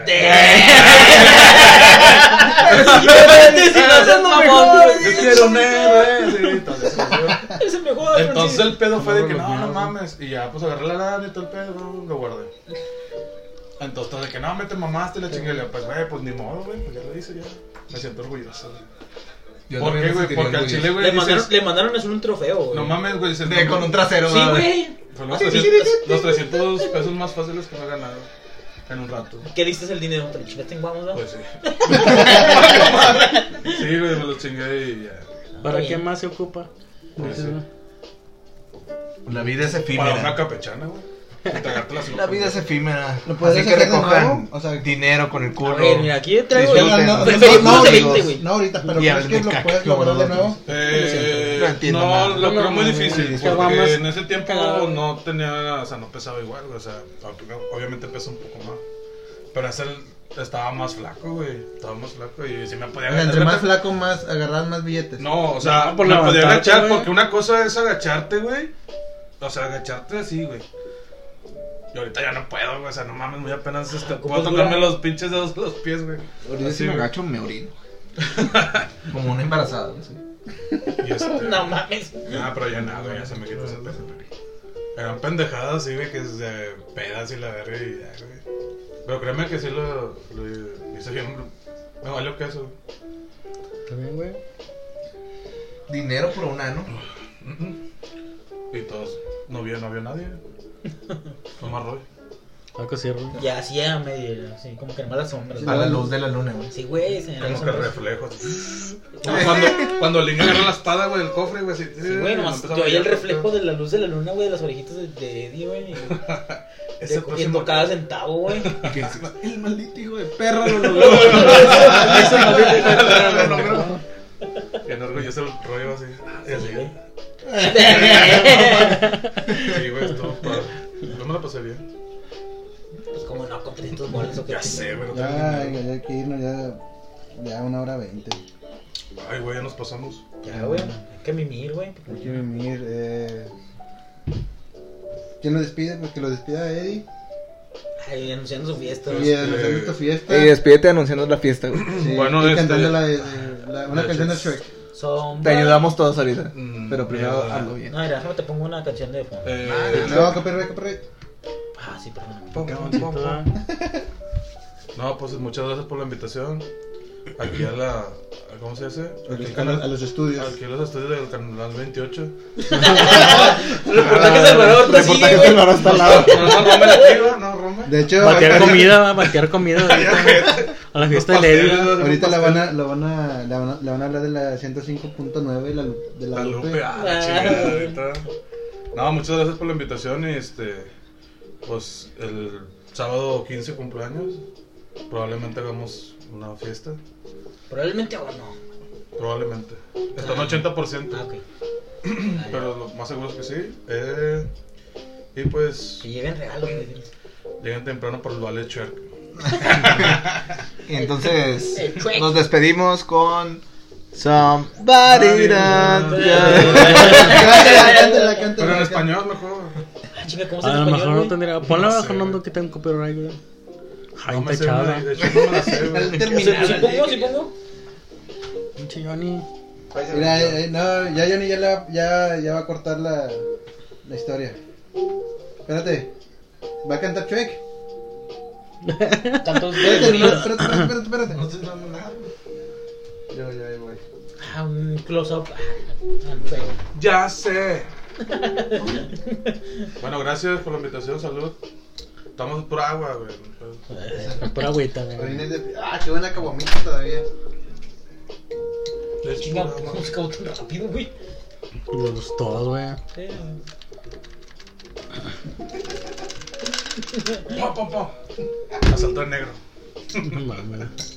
Espérate, si no seas Ah, mamón, güey.
Yo quiero un héroe. sí, entonces, güey.
Es el mejor.
Entonces
güey.
el pedo fue de que no, no mames. Y ya, pues agarré la lana y todo el pedo, bro, lo guardé. Entonces, todo de que no, me te mamaste la chingada. Pues, güey, pues ni modo, güey, pues ya lo hice, ya. Me siento orgulloso. güey.
Yo
¿Por
también
qué, güey?
me sentiría
Porque al
orgulloso.
chile, güey,
Le mandaron,
dices,
le mandaron a hacer un trofeo, güey.
no mames, güey, dices,
De-
no, Pues
Con un trasero,
Sí,
va.
güey.
Son los
Ah, sí, sí,
300,
sí, sí.
los 300 pesos más fáciles que me he ganado en un rato.
¿Qué diste el dinero? Pero chinga, tengo vamos, ¿no?
Pues sí. sí, güey, me lo chingué y ya.
¿Para
Está
qué
bien.
más se ocupa?
Pues sí.
La vida es
Para una
efímera.
capechana, güey. Y te agarraste las
La vida es efímera.
¿Lo puedes
Así que
hacer de
recojan
nuevo? O sea-
dinero con el culo.
A ver, mira, aquí traigo.
Disfruten.
el-
No, no,
Fe-
no,
Feliz
no,
cumpleaños de
amigos.
20, güey.
No ahorita, pero
Y
¿crees
hablen
que
de
lo
caca,
puedes
qué boludo.
lograr de nuevo?
Eh,
No entiendo
no,
nada.
lo creo muy
no,
difícil.
no,
Porque
caguamas.
en ese tiempo
Cagado.
no tenía, o sea, no pesaba igual, güey, O sea, ob- obviamente peso un poco más. Pero ese estaba más flaco, güey. Estaba más flaco y si me podía
O sea, Entre
agachar-
más flaco, más agarrar más billetes.
No, o sea,
No, por
me podía
levantarte,
agachar
güey.
porque una cosa es agacharte, güey. O sea, agacharte así, güey. Y ahorita ya no puedo, güey. O sea, no mames, muy apenas este, puedo
ocupas
tocarme
dura.
los pinches dedos de los pies, güey.
Ahorita
Así,
si me
güey.
agacho, me orino.
Como una embarazada. sí.
Y este-
No mames.
Ah, pero ya nada, güey, ya se me quitó ese pedo. Eran pendejadas, sí, güey, que se pedas y la verga y ya, güey. Pero créeme que sí lo, lo hice bien. Me valió queso.
Está bien, güey.
Dinero por un ano.
Y todos, no había, no había nadie. Nomás Roy.
Algo así, güey.
Y así a medio, así, como que nomás las sombras.
A la luz de la luna, güey.
Sí, güey, se las
Como que
sombras.
reflejos. cuando, cuando Link agarra la espada, güey, del cofre, güey, así.
Sí, güey, nomás yo oía el reflejo de la luz de la luna, güey, de las orejitas de, de Eddie, güey.
Ese
De cogiendo
próximo-
cada centavo, güey.
El maldito hijo de perra lo logró.
Bien orgulloso el rollo así. Y así, güey.
pues
Sí, güey, estuvo padre. Yo me la pasé bien.
Pues como no, con 300 bolas o qué.
Ya sé, güey. no tengo
Ya,
dinero.
ya hay que irnos, ya. Ya una hora veinte.
Ay, güey, ya nos pasamos.
Ya, güey. Hay que mimir, güey.
Hay que venir. Eh... ¿Quién lo despide? Pues que lo despida Eddie.
Ay, anunciando su fiesta.
Y
güey.
eh, nos han visto fiesta.
Y despídete anunciando la fiesta, güey.
Sí,
Bueno,
y
este-
cantando la, de- de- la- una
de
canción de
Shrek.
Shrek.
Son.
Te ayudamos todos ahorita.
Mm,
Pero primero
mierda.
hazlo bien.
No, mira, déjame te pongo una canción de fondo.
Eh,
No, copyright, copyright.
Ah, sí, perdón.
pum, pum, pum, pum. No, pues muchas gracias por la invitación. Aquí a la. a- ¿Cómo se dice?
A los-
Aquí,
A los- a los estudios.
aquí a los estudios del canal 28.
Reportajes del valor, ahorita sí,
Reportajes del
güey.
barón está al lado.
No, no, Roma, la quiero, no, Roma.
De hecho,
Batear
ahorita-
comida, va, batear comida. ahorita, güey. A la fiesta de Lady.
Ahorita la van a, la van a, la van a, la van a hablar de la 105.9 y la, Lu- de la,
La
Lupe.
Lupe, ah, la chingada, ahorita. No, muchas gracias por la invitación y este. Pues el sábado 15 cumpleaños. Probablemente hagamos una fiesta.
Probablemente o no.
Probablemente. Está en 80%.
Ah, ok.
Pero lo más seguro es que sí. Eh, y pues
Que lleven regalos, güey.
llegan temprano por el Ballet Shark.
Y entonces
El chueco.
nos despedimos con
Somebody da- da-
Cántala, cántala, cántala,
Pero en
cántala.
español mejor.
Ah, chinga, ¿cómo se
A
dice
lo
en
mejor
español?
no
güey?
tendría. Ponla
No sé,
abajo, no,
güey.
no quiten copyright, güey.
No
Jaime
me sé,
Tachada.
güey, de hecho no me la sé, güey.
Al
¿Sí-
terminar,
¿Sí pongo? ¿Sí pongo?
Pinche Johnny.
Mira, eh, eh, no, ya Johnny ya, la- ya, ya va a cortar la, la historia. Espérate, ¿va a cantar Shrek?
Tantos
Espérate, no,
dedos.
espérate, espérate, espérate, espérate.
No estoy dando nada.
Yo, ya, ya voy.
Ah, un close-up. Ah, al pelo.
Ya sé. bueno, gracias por la invitación, salud. Estamos por agua, güey.
Pura agüita, güey.
Orines de- Ah, qué buena cabomita todavía.
Es
Chinga,
pura agua.
¿cómo se acabó tan rápido, güey?
Los todos, güey.
Sí.
Pa, pa, pa. Asaltó el negro.
No mames.